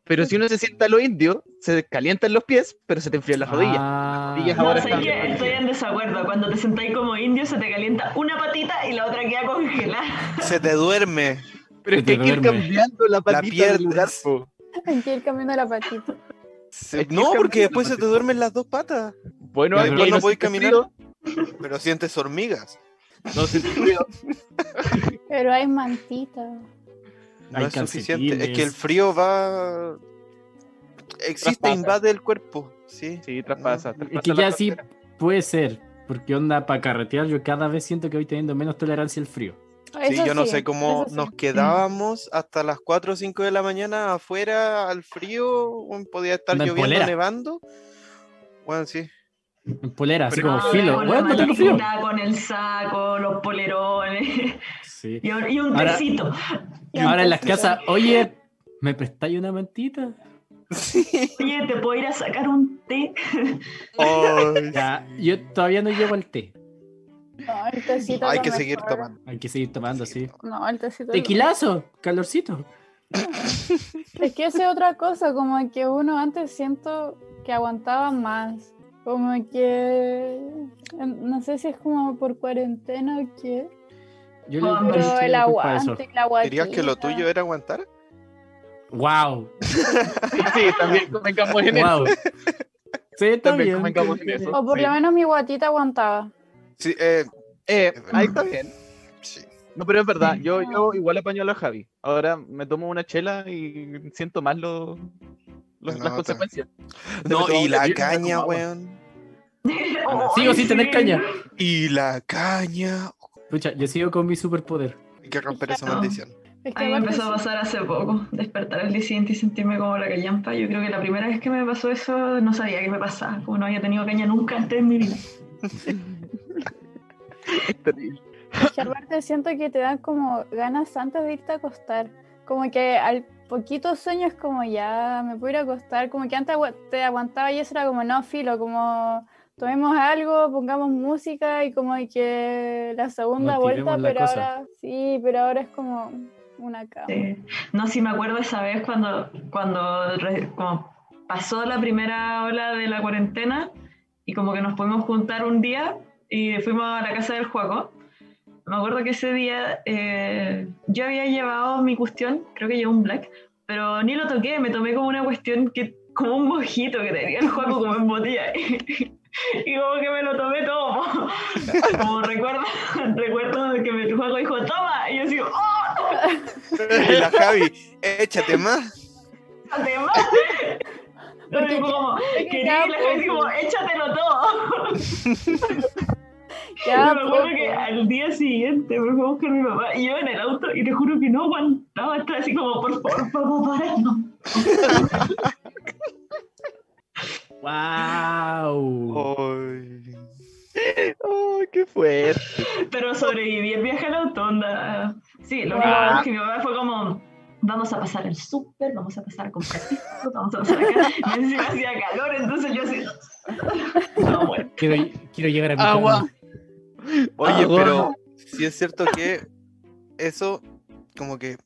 Pero si uno se sienta a lo indio, se calientan los pies, pero se te enfrían las rodillas. Ah. rodillas No, ahora sé está que bien. estoy en desacuerdo. Cuando te sentáis como indio, se te calienta una patita y la otra queda congelada. Se te duerme. Pero Se es que hay te que ir duerme. cambiando la patita del pierdes. lugar, po. Aquí el camino de la patita. Se- Es que Eh, No, es porque cambiar después la se te duermen las dos patas. Bueno, Ya, ahí pero ahí no se podéis te caminar. frío, Pero sientes hormigas. No se te frío. Pero hay mantita. No Hay es suficiente. Es que el calcetines. frío va. Existe, Traspasa. invade el cuerpo. Sí. Sí, traspasa. Es traspasa la que ya sí frontera. puede ser, porque onda para carretear, yo cada vez siento que voy teniendo menos tolerancia al frío. Sí, Eso yo no sí, sé cómo eso sí. nos quedábamos hasta las 4 o 5 de la mañana afuera al frío. weón, podía estar Anda en lloviendo, polera. nevando. Bueno, sí. En polera, así No, como filo. con Bueno, Ah, la no tengo frío. mantita, con el saco, los polerones Sí. y, un- y un Ahora- tecito. Y eh, ahora en las casas, oye, ¿me prestáis una mantita? Oye, te puedo ir a sacar un té. Ay, Ya, yo todavía no llego al té. No, el tecito hay es que lo seguir mejor. tomando. Hay que seguir tomando, sí. No, el tecito. es lo Tequilazo, calorcito. Es que esa es otra cosa, como que uno antes siento que aguantaba más. Como que. No sé si es como por cuarentena o qué. Yo Pero yo Pero echo el la culpa a eso. aguante, la guatita. ¿Dirías que lo tuyo era aguantar? Wow, Sí, también convengamos en eso. wow. Sí, está También bien. convengamos en eso. O por lo Sí. menos mi guatita aguantaba. Sí, eh, Eh, Es ahí verdad. está bien. sí. No, pero es verdad, yo, No. yo igual apaño a Javi. Ahora me tomo una chela y siento más los, los- las No, ta- consecuencias. No, tomaba y una la birra, me caña, tomaba. weón. Sigo Ay, sin tener sí. caña. Y la caña. Escucha, yo sigo con mi superpoder. Hay que romper esa Ya. maldición. Es A que mí me aparte empezó a pasar hace poco, despertar al día siguiente y sentirme como la callampa. Yo creo que la primera vez que me pasó eso no sabía que me pasaba, como no había tenido caña nunca antes en mi vida. Es terrible. Es que aparte siento que te dan como ganas antes de irte a acostar. Como que al poquito sueño es como ya me puedo ir a acostar. Como que antes agua- te aguantaba y eso era como no filo, como tomemos algo, pongamos música y como que la segunda vuelta, Motivemos la pero cosa. ahora sí, pero ahora es como una cama. Sí. No, sí me acuerdo esa vez cuando, cuando re- como pasó la primera ola de la cuarentena y como que nos pudimos juntar un día y fuimos a la casa del juego. Me acuerdo que ese día eh, yo había llevado mi cuestión, creo que llevo un black, pero ni lo toqué, me tomé como una cuestión que como un mojito que tenía el juego como en botella. Y como que me lo tomé todo. Como recuerdo, recuerdo que mi juego dijo, toma. Y yo digo, Y la Javi, échate más. Además, Porque pues, porque como, que quería cada y la gente poco. como, échatelo todo. Ya, pues, Yo me acuerdo poco. que al día siguiente me fue a buscar mi papá y yo en el auto y te juro que no aguantaba, estaba así como, por favor, vamos, para, no. Wow. Ay. Ay, qué fuerte. Pero sobreviví el viaje a la autonda. Sí, lo único Ah. es que mi papá fue como, vamos a pasar al súper, vamos a pasar a comprar esto, vamos a pasar acá. Y encima hacía calor, entonces yo así, no, bueno. Quiero, quiero llegar a mi Agua. cama. Oye, Ah, pero guau. sí es cierto que eso, como que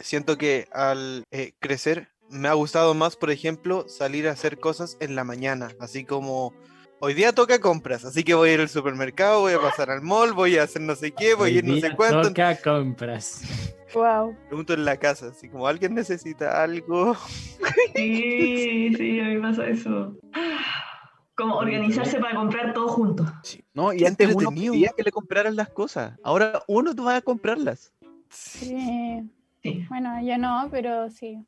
siento que al eh, crecer me ha gustado más, por ejemplo, salir a hacer cosas en la mañana, así como hoy día toca compras, así que voy a ir al supermercado, voy a pasar al mall, voy a hacer no sé qué, voy a Hoy ir no sé día cuánto. Toca compras. Wow. Pregunto en la casa, así como alguien necesita algo. Sí, sí, a mí pasa eso. Como organizarse para comprar todo juntos. No, y Qué antes uno entretenido. pedía que le compraran las cosas. Ahora uno tú vas a comprarlas. Sí. Sí. Bueno, yo no, pero sí.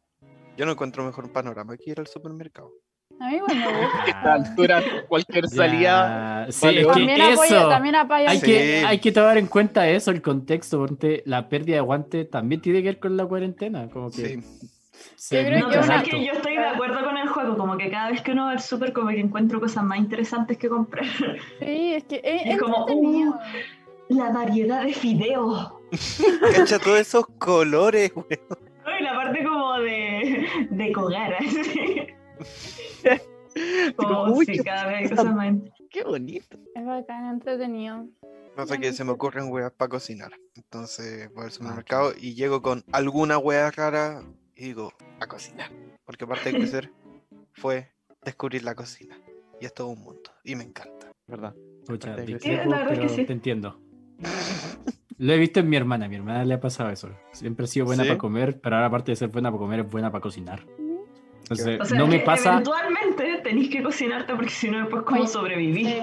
Yo no encuentro mejor panorama que ir al supermercado. A mí igual me gusta. A esta altura, cualquier salida. Ya, Sí, Vale, es que También apoyo, eso. también apoyo. Hay, Sí. que, hay que tomar en cuenta eso, el contexto, porque la pérdida de guante también tiene que ver con la cuarentena. Como que Sí. se Yo creo No, nota pero una- sabes harto. que yo estoy de acuerdo con el juego, como que cada vez que uno va al súper como que encuentro cosas más interesantes que comprar. Sí, es que es, Es es como, entretenido. uh. La variedad de fideos. Cacha todos esos colores, güey. Y la parte como de, de cogar, así. Como, Uy, sí, qué cada vez hay cosas más Qué bonito. Es bacán, entretenido. No sé qué se me ocurren weas para cocinar. Entonces Ah, voy al supermercado y llego con alguna wea rara y digo, a cocinar. Porque aparte de crecer, fue descubrir la cocina. Y es todo un mundo. Y me encanta. ¿Verdad? Pucha, Sí, la discrepo, verdad es que pero sí. te entiendo. Lo he visto en mi hermana, mi hermana le ha pasado eso. Siempre ha sido buena ¿Sí? para comer, pero ahora aparte de ser buena para comer, es buena para cocinar. Entonces, O sea, e- no me que pasa... Eventualmente tenéis que cocinarte porque si no, después, ¿cómo Oye, sobrevivís? Sí.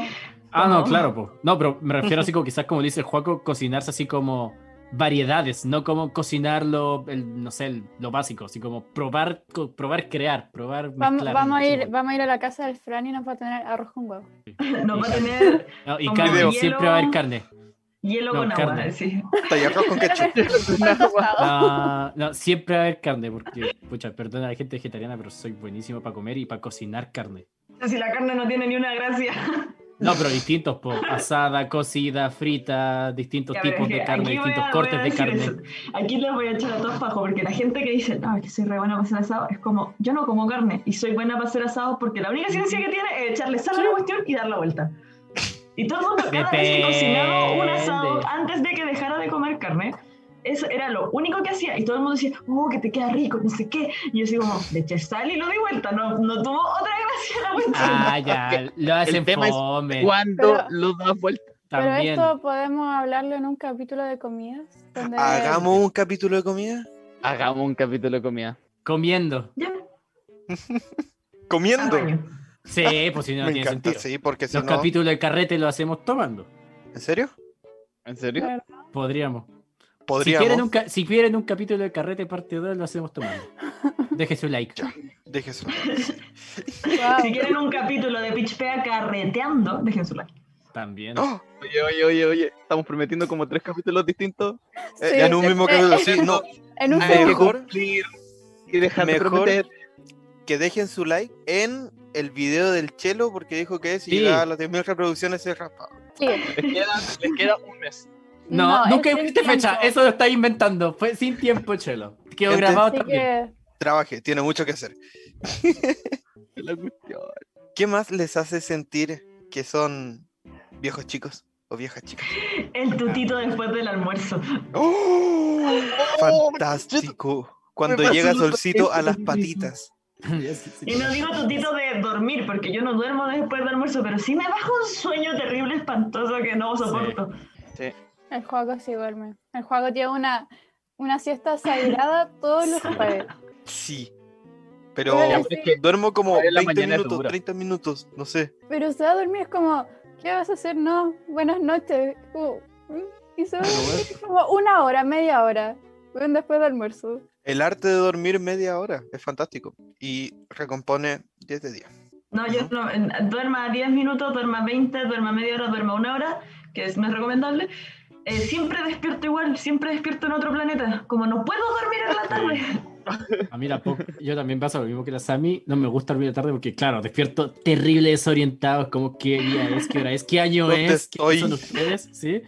Ah, no, ¿no? claro, po. No, pero me refiero así como quizás como dice Juaco, cocinarse así como variedades, no como cocinar lo, el, no sé, el- lo básico, así como probar, co- probar crear, probar Vamos, mezclar. vamos, a Sí, ir, bueno. vamos a ir a la casa del Fran y nos va a tener arroz con huevo. No va a tener No, y como carne, video. siempre va a haber carne. hielo No, con agua, carne. sí. Talla arroz con ketchup. Ah, no, siempre va a haber carne, porque, pucha, perdona a la gente vegetariana, pero soy buenísimo para comer y para cocinar carne. Si la carne no tiene ni una gracia. No, pero distintos, po. Asada, cocida, frita, distintos Ya, pero tipos es de que carne, aquí voy a- distintos voy a cortes de decir carne. eso. Aquí les voy a echar a todos bajo porque la gente que dice, no, es que soy re buena para hacer asado, es como, yo no como carne y soy buena para hacer asado porque la única ciencia que tiene es echarle sal a la cuestión y dar la vuelta. Y todo el mundo, cada vez que cocinaba un asado Depende. antes de que dejara de comer carne, eso era lo único que hacía. Y todo el mundo decía, oh, que te queda rico, no sé qué. Y yo así como, le eché sal y lo di vuelta. No, no tuvo otra gracia la cuestión. Ah, ya, lo hacen tema es fome. Cuando Pero- Eh, lo das vuelta. Pero También. esto podemos hablarlo en un capítulo de comidas. Donde Hagamos un capítulo de comida. Hagamos un capítulo de comida. Comiendo. Ya, Comiendo. apaño. Sí, pues si no, no me tiene encanta, sentido. sí, porque si Los no. capítulos de carrete lo hacemos tomando. ¿En serio? ¿En serio? Claro. Podríamos. Si, Podríamos. quieren un ca- si quieren un capítulo de carrete parte 2, lo hacemos tomando. Deje su like. Deje su- Guau. Si quieren un capítulo de Pichpea carreteando, dejen su like. También. ¡Oh! Oye, oye, oye, oye. Estamos prometiendo como tres capítulos distintos. Sí, Eh, en un mismo eh, capítulo, sí, no. En un Ah, segundo. Mejor- cumplir y dejar de mejor- prometer. Que dejen su like en el video del Chelo, porque dijo que si Sí. llegaba a las 10.000 reproducciones se raspaba. Sí. Les queda, les queda un mes. No, No, nunca es sin dijiste fecha. tiempo. Eso lo está inventando. Fue sin tiempo, Chelo. Quedó Gente- grabado Así también. que Trabaje, tiene mucho que hacer. La cuestión. ¿Qué más les hace sentir que son viejos chicos o viejas chicas? El tutito después del almuerzo. ¡Oh! Fantástico. Cuando Me pasó llega lo mismo. solcito a las patitas. Y no digo tutito de dormir, porque yo no duermo después del almuerzo, pero sí me bajo un sueño terrible, espantoso, que no soporto. el juego sí duerme. El juego lleva una, una siesta sagrada todos los jueves. Sí. Pero Bueno, Ya, pero es que duermo como Ahora en la 20 mañana es minutos, dura. 30 minutos, no sé. Pero se va a dormir es como, ¿qué vas a hacer? No, buenas noches. Como, mm, y se va a dormir como una hora, media hora. Ven después del almuerzo. El arte de dormir media hora es fantástico. Y recompone 10 de 10. No, yo no, en- duerma 10 minutos, duerma 20, duerma media hora, duerma una hora, que es, no es recomendable. Eh, siempre despierto igual, siempre despierto en otro planeta. Como no puedo dormir en la tarde. A mí tampoco. Yo también pasa lo mismo que la Sami. No me gusta dormir de tarde porque, claro, despierto terrible desorientado. es Como qué día es, qué hora es, qué año ¿Dónde es, estoy? quiénes son ustedes, ¿sí?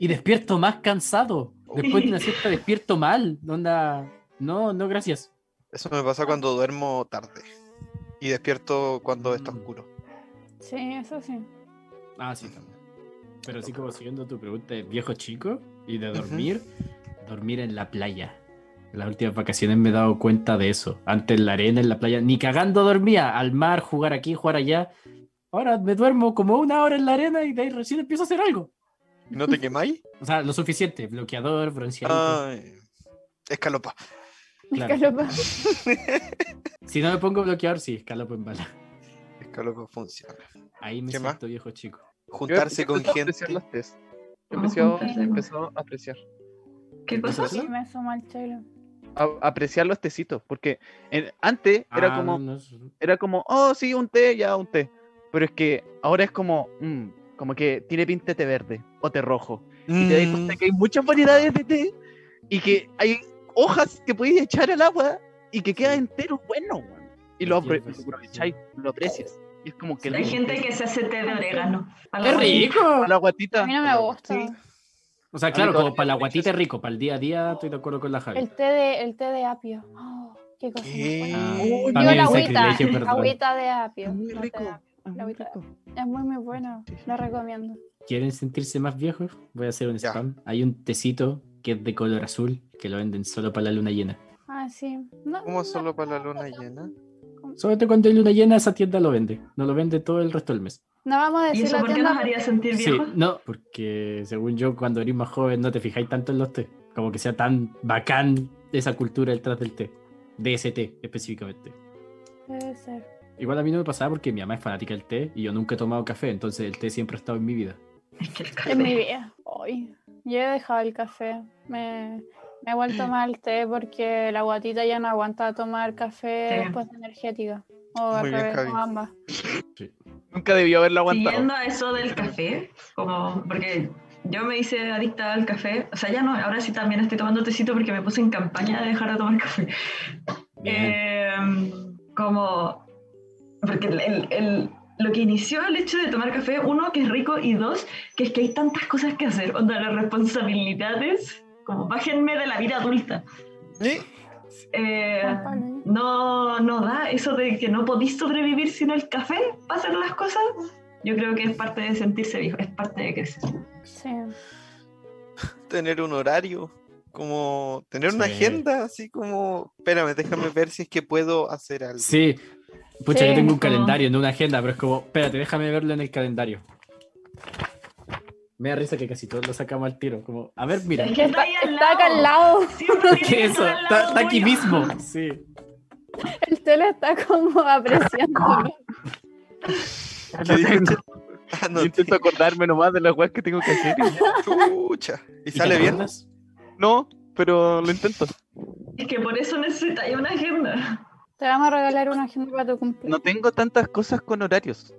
Y despierto más cansado. Después de una siesta despierto mal. Onda. No, no, gracias. Eso me pasa cuando duermo tarde. Y despierto cuando está Mm. oscuro. Sí, eso sí. Ah, sí, también. Pero así como siguiendo tu pregunta de viejo chico y de dormir, dormir en la playa. En las últimas vacaciones me he dado cuenta de eso. Antes en la arena, en la playa, ni cagando dormía. Al mar, jugar aquí, jugar allá. Ahora me duermo como una hora en la arena y de ahí recién empiezo a hacer algo. ¿Y ¿No te quemáis? O sea, lo suficiente. Bloqueador, bronceador. Ay, escalopa. claro. Escalopa. Si no me pongo bloqueador, sí, escalopo en bala. Escalopa funciona. Ahí me ¿Qué más? siento viejo chico. Juntarse con Empezó a apreciar gente. las tres. ¿Cómo oh, Empezó, juntarse con- pues, empezó a apreciar. ¿Qué cosa? Y me sumo al chelo. A, a apreciar los tecitos. Porque en- antes era Ah, como. no, no, era como, oh, sí, un té, ya, un té. Pero es que ahora es como, mm, como que tiene pinta de té verde o té rojo. Y te das pues, Mm. cuenta que hay muchas variedades de té y que hay hojas que podéis echar al agua y que queda entero bueno, weón. Y lo, apre- Hierbas, lo aprovecháis, lo aprecias. Y es como que Hay gente que se hace té de orégano. A la ¡Qué rico! a la A guatita. mí no me gusta. Sí. O sea, claro, como para la guatita es rico, para el día a día estoy de acuerdo con la Javi. El té de, el té de apio. Oh, qué cosa. más buena. Ah, Uy, para Yo mí la es un agüita, sacrilegio, perdón. agüita de apio. Muy no te rico. da. Ah, La agüita de apio. Es muy, muy bueno. Lo recomiendo. ¿Quieren sentirse más viejos? Voy a hacer un Ya. spam. Hay un tecito que es de color azul que lo venden solo para la luna llena. Ah, sí. No, ¿Cómo no, solo para la no, luna no, llena? Solamente cuando hay luna llena esa tienda lo vende. No lo vende todo el resto del mes. No vamos a ¿Y decir eso la por qué nos tienda. haría sentir Sí, viejos? no, porque según yo cuando eres más joven no te fijáis tanto en los té. Como que sea tan bacán esa cultura detrás del té. De ese té específicamente. Debe ser. Igual a mí no me pasaba porque mi mamá es fanática del té y yo nunca he tomado café, entonces el té siempre ha estado en mi vida. Es que el Es mi café. vida. Hoy. Yo he dejado el café. Me, me he vuelto mal el té porque la guatita ya no aguanta tomar café Sí. después de energética. O al Muy bien, revés, Javi. o ambas. Nunca debió haberlo aguantado. Siguiendo a eso del café, como porque yo me hice adicta al café, o sea, ya no, ahora sí también estoy tomando tecito porque me puse en campaña de dejar de tomar café. Eh, Bien. Em, como, porque el- el- el- lo que inició el hecho de tomar café, uno, que es rico, y dos, que es que hay tantas cosas que hacer, onda, las responsabilidades, como bájenme de la vida adulta. ¿Eh? Eh, Ah, Pablo, ¿eh? no, no da eso de que no podís sobrevivir sin el café para hacer las cosas. Yo creo que es parte de sentirse viejo, es parte de crecer. Sí. Tener un horario, como tener una Sí. agenda, así como, espérame, déjame ver si es que puedo hacer algo. Sí. Pucha, yo Sí, tengo un como- calendario, no una agenda, pero es como, espérate, déjame verlo en el calendario. Me da risa que casi todos lo sacamos al tiro. Como, a ver, mira. Es que está Está, ahí al está acá al lado. lado. Siempre tiene ¿Qué que es eso? estar al Está, lado está aquí tuyo. mismo. Sí. El té lo está como apreciando. ¿Qué dijiste? Ah, no, Yo intento acordarme nomás de las weas que tengo que hacer. y ya. chucha. ¿Y te sale bien? acuerdas? No, pero lo intento. Es que por eso necesitáis una agenda. Te vamos a regalar una agenda para tu cumpleaños. No tengo tantas cosas con horarios.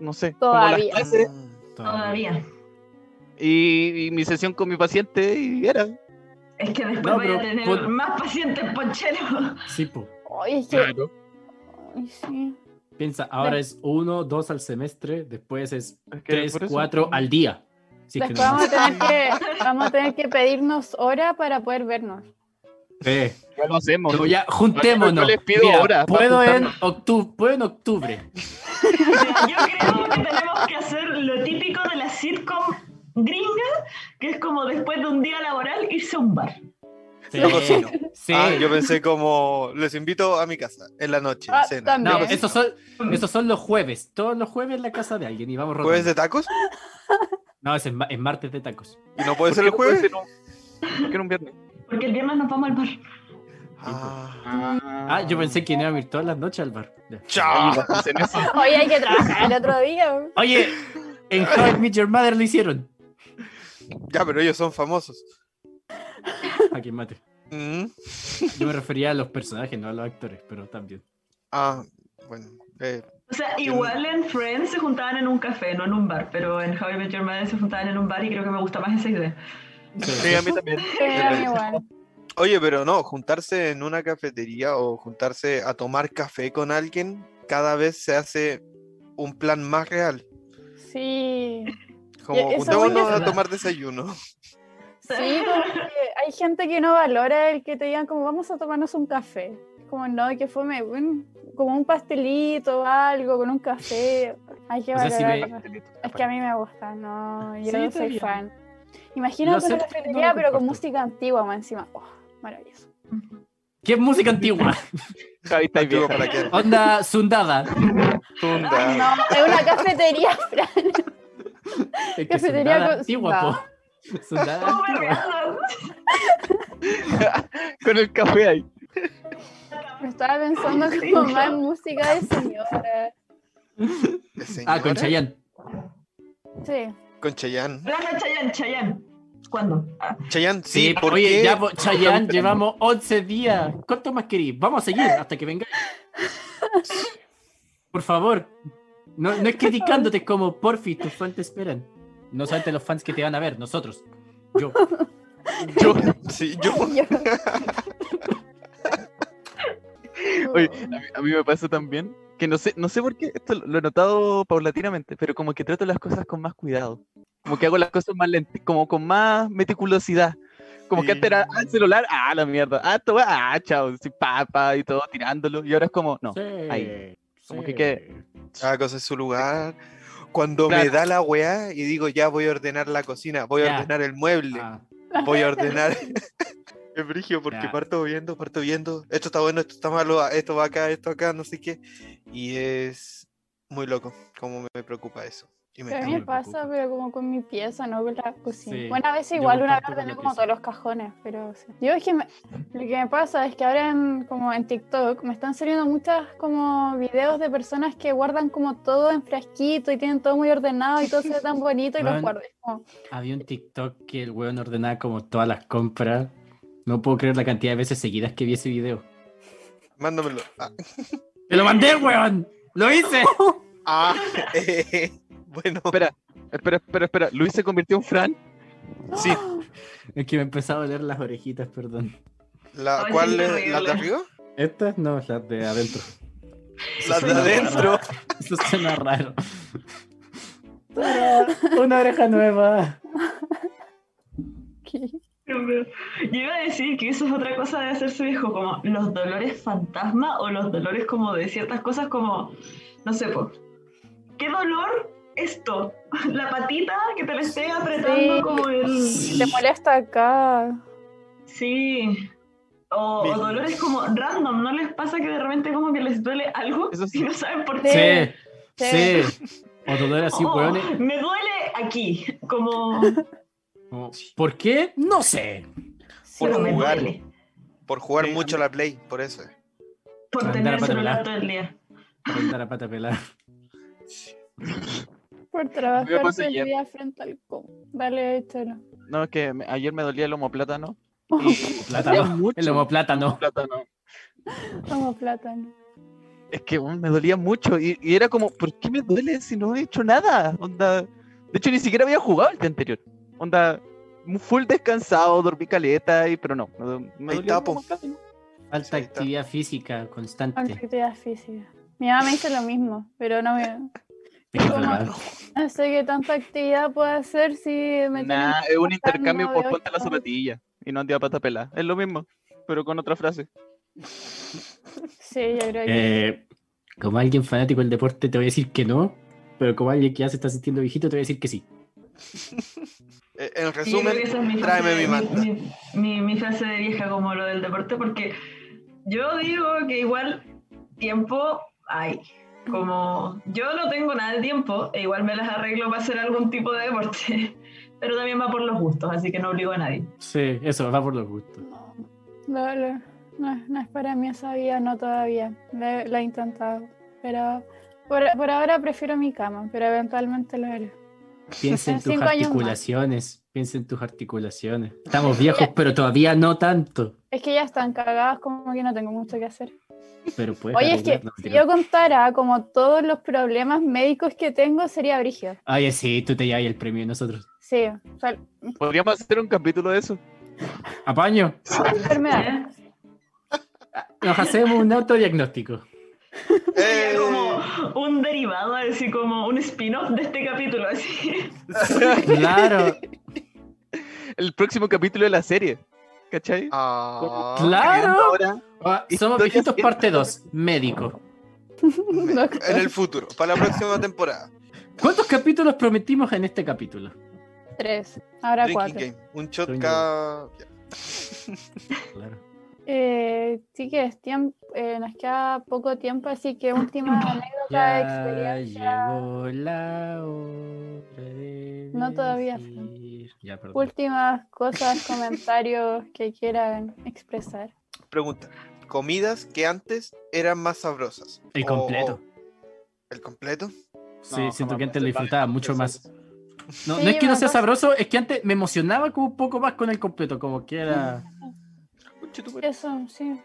No sé. como las Todavía. clases, Mm, Todavía. y, y mi sesión con mi paciente y era. Es que después No, vaya a pero tener pon- más pacientes poncheros. Sí, po. Ay, es que. Ay, sí. Piensa, ahora es uno, dos al semestre, después es Es que tres, por eso- cuatro al día. Sí, que Después no vamos a, más. tener que, vamos a tener que pedirnos hora para poder vernos. Sí. Ya lo hacemos. Eh, No, ya, juntémonos. Yo les pido Mira, horas para puedo en, octu- puedo en octubre. Yo creo que tenemos que hacer lo típico de la sitcom gringa, que es como después de un día laboral irse a un bar. Sí. Yo cocino. Sí. Ah, yo pensé como, les invito a mi casa en la noche, Ah, cena. también. No, Bien. esos son, esos son los jueves. Todos los jueves en la casa de alguien y vamos ¿Jueves rotando. de tacos? No, es en, ma- en martes de tacos. ¿Y no puede ser el ¿Por jueves? qué no puede ser un- por qué no un viernes? Porque el viernes nos vamos al bar. Ah, Ah, yo pensé que iba a ir todas las noches al bar. Ya. chao. Oye, pensé en eso. Hoy hay que trabajar el otro día. Oye, en How I Met Your Mother lo hicieron. Ya, pero ellos son famosos. A quien mate. Mm, Yo me refería a los personajes, no a los actores, pero también. Ah, bueno. eh, O sea, igual en Friends se juntaban en un café, no en un bar, pero en How I Met Your Mother se juntaban en un bar y creo que me gusta más esa idea. Sí, a mí también. Sí, a mí igual. Oye, pero no, juntarse en una cafetería o juntarse a tomar café con alguien, cada vez se hace un plan más real. Sí. Como eso juntémonos E-, voy a- a tomar desayuno. Sí, porque hay gente que no valora el que te digan como vamos a tomarnos un café. Como no, que fue como un pastelito o algo con un café. Hay que O sea, si valorar. me- Es que a mí me gusta, no, yo Sí, está soy bien. fan. Lo Imagínate acepto, no una lo cafetería, pero con comparto. música antigua más encima. Oh, maravilloso. ¿Qué música antigua? Javi está Digo, vieja. para que Onda sundada. Tunda. Ah, No, es una cafetería, Fran. Es que Cafetería sundada con antigua, po. Sundada ¡Oh, antigua. berreado! Con el café ahí. Pero estaba pensando Sí, como más no. en música de señora. ¿La Ah, señora? con Chayanne. Sí. Con Chayanne. Plaza Chayanne, Chayanne. ¿Cuándo? Ah, Chayanne, sí, ¿por oye, qué? ya po- Chayanne, Estamos llevamos 11 días. ¿Cuánto más querís? Vamos a seguir hasta que vengáis. Por favor, no, no es criticándote como porfi, tus fans te esperan. No solamente los fans que te van a ver, nosotros. Yo. Yo, sí, yo. Yo. Oye, a mí, a mí me pasa también que no sé, no sé por qué, esto lo- lo he notado paulatinamente, pero como que trato las cosas con más cuidado. Como que hago las cosas más lenti- como con más meticulosidad. Como que antes era ah, el celular, ah, la mierda, ah, esto va, ah, chao, sí, papa y todo tirándolo. Y ahora es como, no, ahí. Como que quede- Cada cosa en su lugar. Cuando me Claro. da la weá y digo, ya voy a ordenar la cocina, voy Ya. a ordenar el mueble, Ah, voy a ordenar. Es brigio porque Ya. parto viendo, parto viendo, esto está bueno, esto está malo, ah, esto va acá, esto acá, no sé qué. Y es muy loco cómo me preocupa eso. Y me Pues Pero a mí encanta. me pasa, pero como con mi pieza, no con la cocina. Sí, Bueno, a veces yo igual una comparto vez con ordené la como pieza. todos los cajones, pero sí. Yo es que me- lo que me pasa es que ahora en, como en TikTok me están saliendo muchas como videos de personas que guardan como todo en frasquito y tienen todo muy ordenado y todo se ve tan bonito y los Bueno. guardan. Como, Había un TikTok que el weón ordenaba como todas las compras. No puedo creer la cantidad de veces seguidas que vi ese video. Mándamelo. Ah, ¡Te lo mandé, weón! ¡Lo hice! ah, eh, bueno, espera, espera, espera, espera. Luis se convirtió en Fran. sí. Es que me empezaba a doler las orejitas, perdón. La, Ay, sí, ¿Cuál qué es? ¿La de horrible. arriba? Estas no, las de adentro. La de adentro. Eso suena raro. Tara, Una oreja nueva. ¿qué? Dios mío. Yo iba a decir que eso es otra cosa de hacerse viejo, como los dolores fantasma o los dolores como de ciertas cosas como, no sé, po, ¿qué dolor esto? La patita que te la esté apretando Sí. como el... Te molesta acá. Sí. O, o dolores como random, ¿no les pasa que de repente como que les duele algo Eso sí. y no saben por qué? Sí, Sí, sí. sí. O dolor así, Oh, weón. me duele aquí, como... Como, ¿Por qué? No sé. Sí. Por pero me jugar. duele, Por jugar Sí, mucho la Play, por eso. por Andar tener a el celular patear. todo el día. Contar a pata pelada. Por Me trabajar pasa todo el ayer. día frente al compu. Dale, échalo. No, es que me- ayer me dolía el lomo plátano. Plátano. mucho. El homo plátano. plátano. Como plátano. Es que weón, me dolía mucho y, y era como, ¿por qué me duele si no he hecho nada? Onda, de hecho ni siquiera había jugado el día anterior. Onda, mu- full descansado, dormí caleta y pero no, me, do- me Ahí dolía está, po. como plátano. Falta Sí, está. actividad física Con constante. actividad física. Mi mamá me hizo lo mismo, pero no me. Te quedas mal. No sé qué tanta actividad puedo hacer si me Nah, tienen es un que intercambio cortar por nueve, ponte la ocho horas. zapatilla y no andía a pata pelada. Es lo mismo, pero con otra frase. Sí, yo creo que. Eh, como alguien fanático del deporte, te voy a decir que no. Pero como alguien que ya se está sintiendo viejito, te voy a decir que sí. Eh, En Sí, yo creo que resumen, esa es mi tráeme frase- mi manta. mi- mi- mi frase de vieja como lo del deporte, porque yo digo que igual tiempo hay. Como yo no tengo nada de tiempo, e igual me las arreglo para hacer algún tipo de deporte, pero también va por los gustos, así que no obligo a nadie. Sí, eso va por los gustos. No, no, no, no, no es para mí esa vida, no todavía. La, he- la he intentado. Pero por, por ahora prefiero mi cama, pero eventualmente lo haré. Piensa en En tus cinco años más. articulaciones. Piensa en tus articulaciones. Estamos viejos, pero todavía no tanto. Es que ya están cagadas, como que no tengo mucho que hacer. Pero puedes Oye, es que arreglarlo, si creo. yo contara como todos los problemas médicos que tengo, sería brígido. Oye, sí, tú te llevas el premio y nosotros. Sí, o sea, Podríamos hacer un capítulo de eso. Apaño. enfermedad. ¿Eh? Nos hacemos un autodiagnóstico. Eh, Sería como un derivado, así como un spin-off de este capítulo, así. Claro, El próximo capítulo de la serie. ¿Cachai? ah, claro. Ahora, Ah, Somos Historias viejitos que- parte 2, médico. me- Doctor. en el futuro, para la próxima temporada. ¿Cuántos capítulos prometimos en este capítulo? Tres, ahora Drinking cuatro. Game. Un shot Drinking cada. ya. Claro. Eh, sí que es tiempo, nos queda poco tiempo, así que última anécdota de Ya experiencia. llegó la hora de No todavía, Fran. decir- Ya, perdón. Últimas cosas, comentarios que quieran expresar. Pregunta: ¿comidas que antes eran más sabrosas? El O- completo. ¿El completo? Sí, No, siento jamás que antes pensé, lo disfrutaba vale, mucho más. pensé. No, Sí, no es que no sea bueno, sabroso, es que antes me emocionaba como un poco más con el completo, como que era... Conche tu madre. Eso, sí.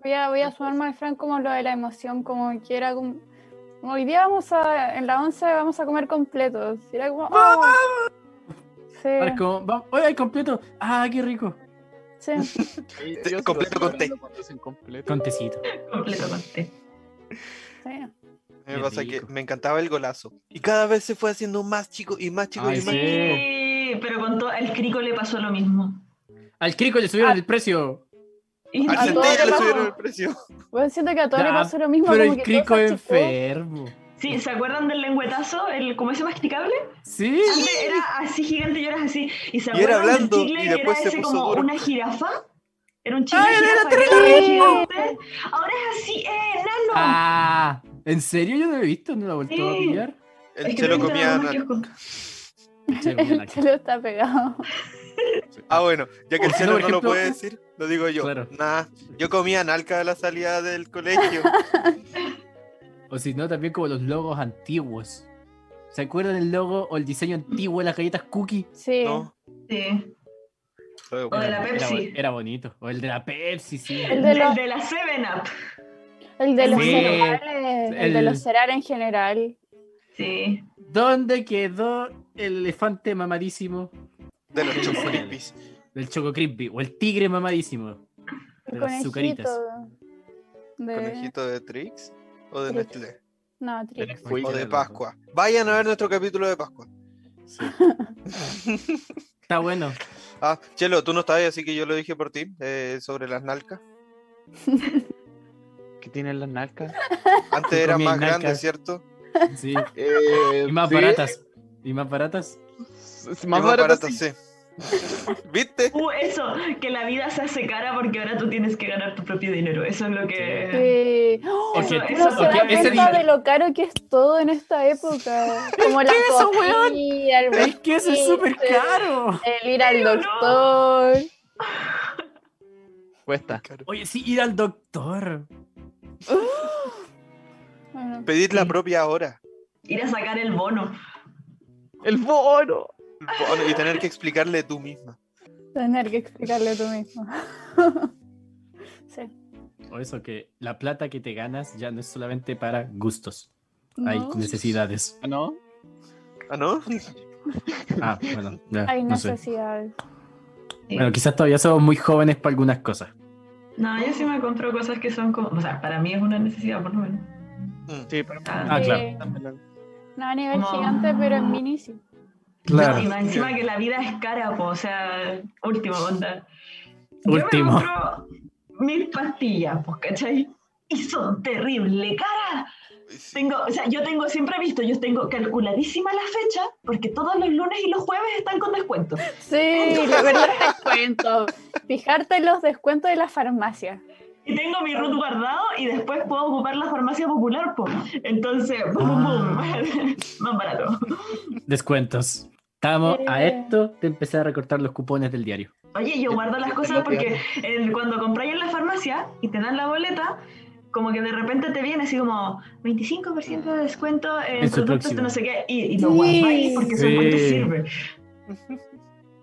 Voy a, voy a sumarme al Fran como lo de la emoción, como que era como... como Hoy día vamos a, en la once vamos a comer completos. Y era como... "Oh". Sí, Ahora es como, vamos, ¡oye, el completo! ¡Ah, qué rico! sí. Te- completo con té. Con tecito. Completo con té. sí. Me Qué pasa que rico. me encantaba el golazo. Y cada vez se fue haciendo más chico y más chico Ay, y más sí. Sí, pero con todo el crico le pasó lo mismo. Al crico le subieron Ah. el precio. Y Al A centeno todos le le pasó. subieron el precio. Bueno, siento que a todos Ya, les pasó lo mismo. Pero como el que crico todo se es achicó. enfermo. Sí, ¿se acuerdan del lengüetazo? El, ¿Cómo es masticable? Sí. Antes era así gigante y ahora es así. Y se Y era acuerdan del blando, chicle y que después era se ese puso como duro. una jirafa. Era un chicle ¡Ay, era jirafa, que terrible! gigante. Ahora es así, ¡eh, enano! Ah, ¿en serio? Yo no lo he visto, no lo he vuelto a Sí. pillar. Es El que chelo no comía. entra en na- algunos Se volvió la El chelo está pegado. Ah, bueno, ya que el Por chelo no lo ejemplo- puede decir, lo digo yo. Claro. Nah, yo comía nalca a la salida del colegio. O si no, también como los logos antiguos. ¿Se acuerdan el logo o el diseño antiguo de las galletas cookie? Sí. No. kioscos. Luego, O de la Era- era Pepsi. bo- Era bonito. O el de la Pepsi, sí. El de Del los, de la Seven Up. el de los Sí. cereales, el de El- los cereales en general. Sí. ¿Dónde quedó el elefante mamadísimo De los chocoripis. del Choco Crispy? O el tigre mamadísimo de El las azucaritas. conejito. De... ¿Conejito de Trix? ¿O de Trix. Nestlé? No, De Trix. las ¿O cuicas de los- Pascua? Vayan a ver nuestro capítulo de Pascua. Está bueno. Ah, Chelo, tú no estabas, así que yo lo dije por ti, eh, sobre las nalcas. ¿Qué tienen las nalcas? Antes Tú eran comías más nalcas. grandes, ¿cierto? Sí. Eh, Y más sí. baratas. Y más baratas. S- Y Más baratas. sí. sí. ¿Viste? Uh, eso, que la vida se hace cara porque ahora tú tienes que ganar tu propio dinero. Eso es lo que. Sí. ¡Oh! Ok, Eso- Uno eso- se da ok, ese cuenta dinero- de lo caro que es todo en esta época. Como la queso, weón. comida, el Es que eso es vestido, súper caro. El ir al no? doctor. Cuesta. Oye, sí, ir al doctor. Bueno, Pedid la propia hora. Ir a sacar el bono. El bono. Bueno, Y tener que explicarle tú misma. tener que explicarle tú mismo. sí. O eso que la plata que te ganas ya no es solamente para gustos. Hay No. necesidades. Ah, ¿No? ¿Ah, no? Ah, bueno. ya, Hay no sé. necesidades. Sí. Bueno, quizás todavía somos muy jóvenes para algunas cosas. No, yo sí me compro cosas que son como. O sea, para mí es una necesidad, por lo menos. Mm. Sí, pero... Ah, Ah, claro. Sí. Eh, No a nivel Como- gigante, pero en mini sí. no, y más encima que la vida es cara, po, o sea, último, onda. Último. Yo me compro mis pastillas, pues, ¿cachai? Y son terrible caras. Tengo, o sea, yo tengo siempre visto, yo tengo calculadísima la fecha, porque todos los lunes y los jueves están con descuento. Sí, la verdad descuentos. Fijarte en los descuentos de la farmacia. Y tengo mi root guardado y después puedo ocupar la farmacia popular, po. Entonces, boom, Ah. boom, más barato. Descuentos. Estamos a Eh. esto de empezar a recortar los cupones del diario. Oye, yo guardo las cosas porque eh, cuando compráis en la farmacia y te dan la boleta, como que de repente te viene así como 25% de descuento en En su productos de próximo. no sé qué, y, y lo Sí. guardáis porque eso Sí. te sirve.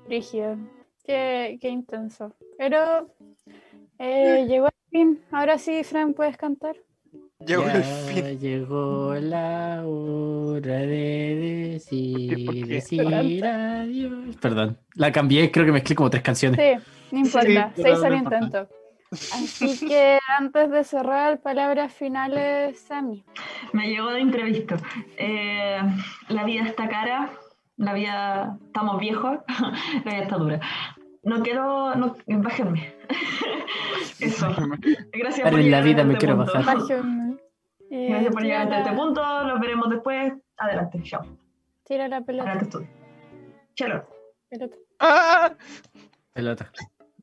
Rígido. Qué, qué intenso. Pero eh, llegó el fin. Ahora sí, Fran, puedes cantar. Llegó Ya el fin. llegó la hora de decir, ¿Por qué? ¿Por qué? decir adiós. Perdón, la cambié, creo que mezclé como tres canciones. Sí, no importa. Sí, se hizo no, el no importa. intento. Así que antes de cerrar, palabras finales, Sammy. Me llegó de imprevisto. Eh, la vida está cara, la vida estamos viejos, la vida está dura. No quiero, no, bájenme. Eso. Gracias Pero en la llegar vida hasta me este quiero punto. bajar. Página. Eh, Gracias por llegar hasta tira, este la, punto. Los veremos después. Adelante, chao. tira la pelota. Adelante tú. Chalo. pelota. ¡Ah! Pelota.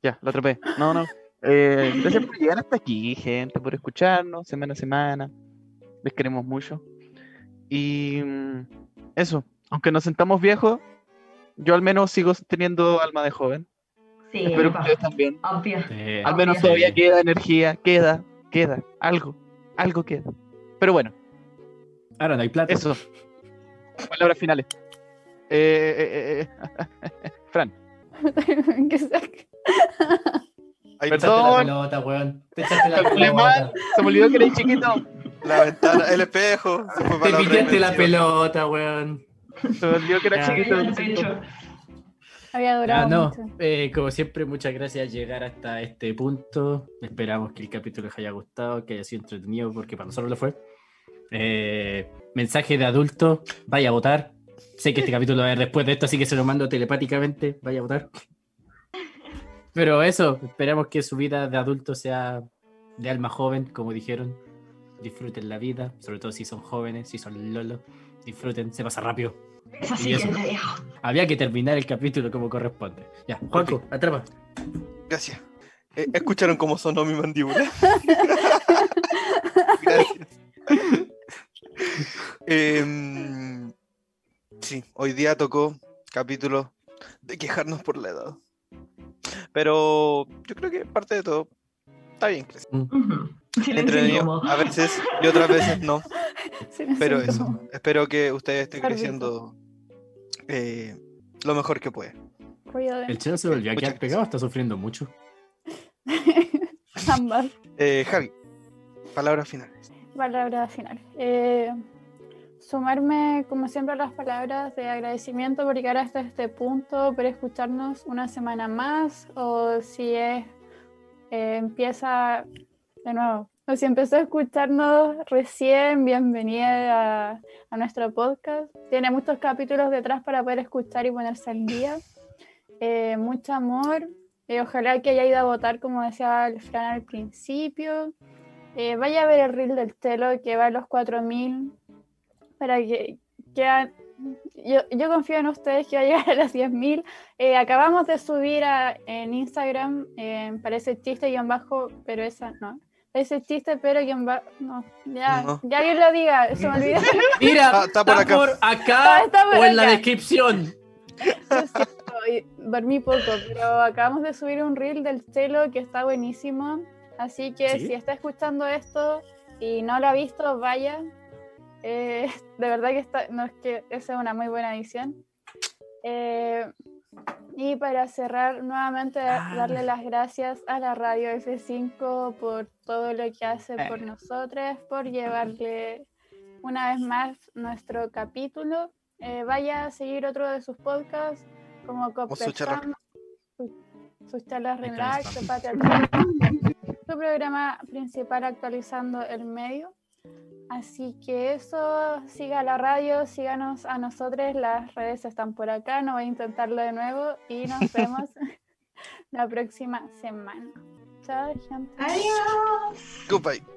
Ya, lo atrapé. No, no. Eh, gracias por llegar hasta aquí, gente, por escucharnos semana a semana. Les queremos mucho. Y mm, eso, aunque nos sentamos viejos, yo al menos sigo teniendo alma de joven. Sí, Espero que pa, ustedes también. obvio. Eh, Al menos Sí. todavía queda energía, queda, queda, algo, algo queda. Pero bueno, Ahora no hay plata. Eso. Palabras finales. Eh, eh, eh, eh. Fran. que saque. Ay, Te echaste la Perdón. pelota, weón. Te echaste la Calculé pelota. mal. Se me olvidó que eres chiquito. La ventana, el espejo. se fue para Te la otra pillaste la dimensión. pelota, weón. Se me olvidó que era Ya. Llegué al chiquito. techo. Había Ah, durado no. mucho. Eh, como siempre, muchas gracias por llegar hasta este punto. Esperamos que el capítulo les haya gustado, que haya sido entretenido, porque para nosotros lo fue. Eh, mensaje de adulto, vaya a votar. Sé que este capítulo va a ver después de esto, así que se lo mando telepáticamente, vaya a votar. Pero eso, esperamos que su vida de adulto sea de alma joven, como dijeron. Disfruten la vida, sobre todo si son jóvenes, si son lolo. Disfruten, se pasa rápido. Es Y así eso. que te dejo. Había que terminar el capítulo como corresponde. Ya, Juanco, atrapa. Gracias. Eh, ¿Escucharon cómo sonó mi mandíbula? Gracias. Em, sí, hoy día tocó capítulo de quejarnos por la edad. Pero yo creo que parte de todo está bien. Chris. Ujú. Silencio Entretenido incómodo. a veces y otras veces no. Sí, no Pero sé eso, cómo. espero que ustedes estén Tardito. creciendo eh, lo mejor que pueden. Ruido de- El chino se volvió a Muchas quedar pegado, está sufriendo mucho. Ambas. Eh, Javi, palabras finales. palabra final. Eh, sumarme, como siempre, a las palabras de agradecimiento por llegar hasta este punto, por escucharnos una semana más, o si es, eh, empieza de nuevo, o si empezó a escucharnos recién, bienvenida a, a nuestro podcast. Tiene muchos capítulos detrás para poder escuchar y ponerse al día. Eh, mucho amor. eh, ojalá que haya ido a votar, como decía el Fran al principio. Eh, vaya a ver el reel del Telo que va a los 4000 para que, que a- yo, yo confío en ustedes que va a llegar a las 10.000. Eh, acabamos de subir a- en Instagram, eh, parece chiste guión bajo, pero esa no. Parece chiste, pero guión bajo. No, ya, No. ya alguien lo diga, se me olvidó. Mira, Ah, está por acá. Ah, acá está por o en la acá. descripción. Lo siento, y dormí poco, pero acabamos de subir un reel del Telo que está buenísimo. Así que ¿Sí? si está escuchando esto y no lo ha visto, vaya. Eh, de verdad que está, no es que esa es una muy buena edición. Eh, y para cerrar, nuevamente da- Ah. darle las gracias a la radio F5 por todo lo que hace por Eh. nosotros, por llevarle una vez más nuestro capítulo. Eh, vaya a seguir otro de sus podcasts, como sus charlas. Copperfam, su- sus charlas Ahí está, relax, está. Tópate al Pelo, su programa principal actualizando el medio. Así que eso, siga la radio, síganos a nosotros, las redes están por acá, no voy a intentarlo de nuevo y nos vemos la próxima semana. Chao, gente. Adiós. Goodbye.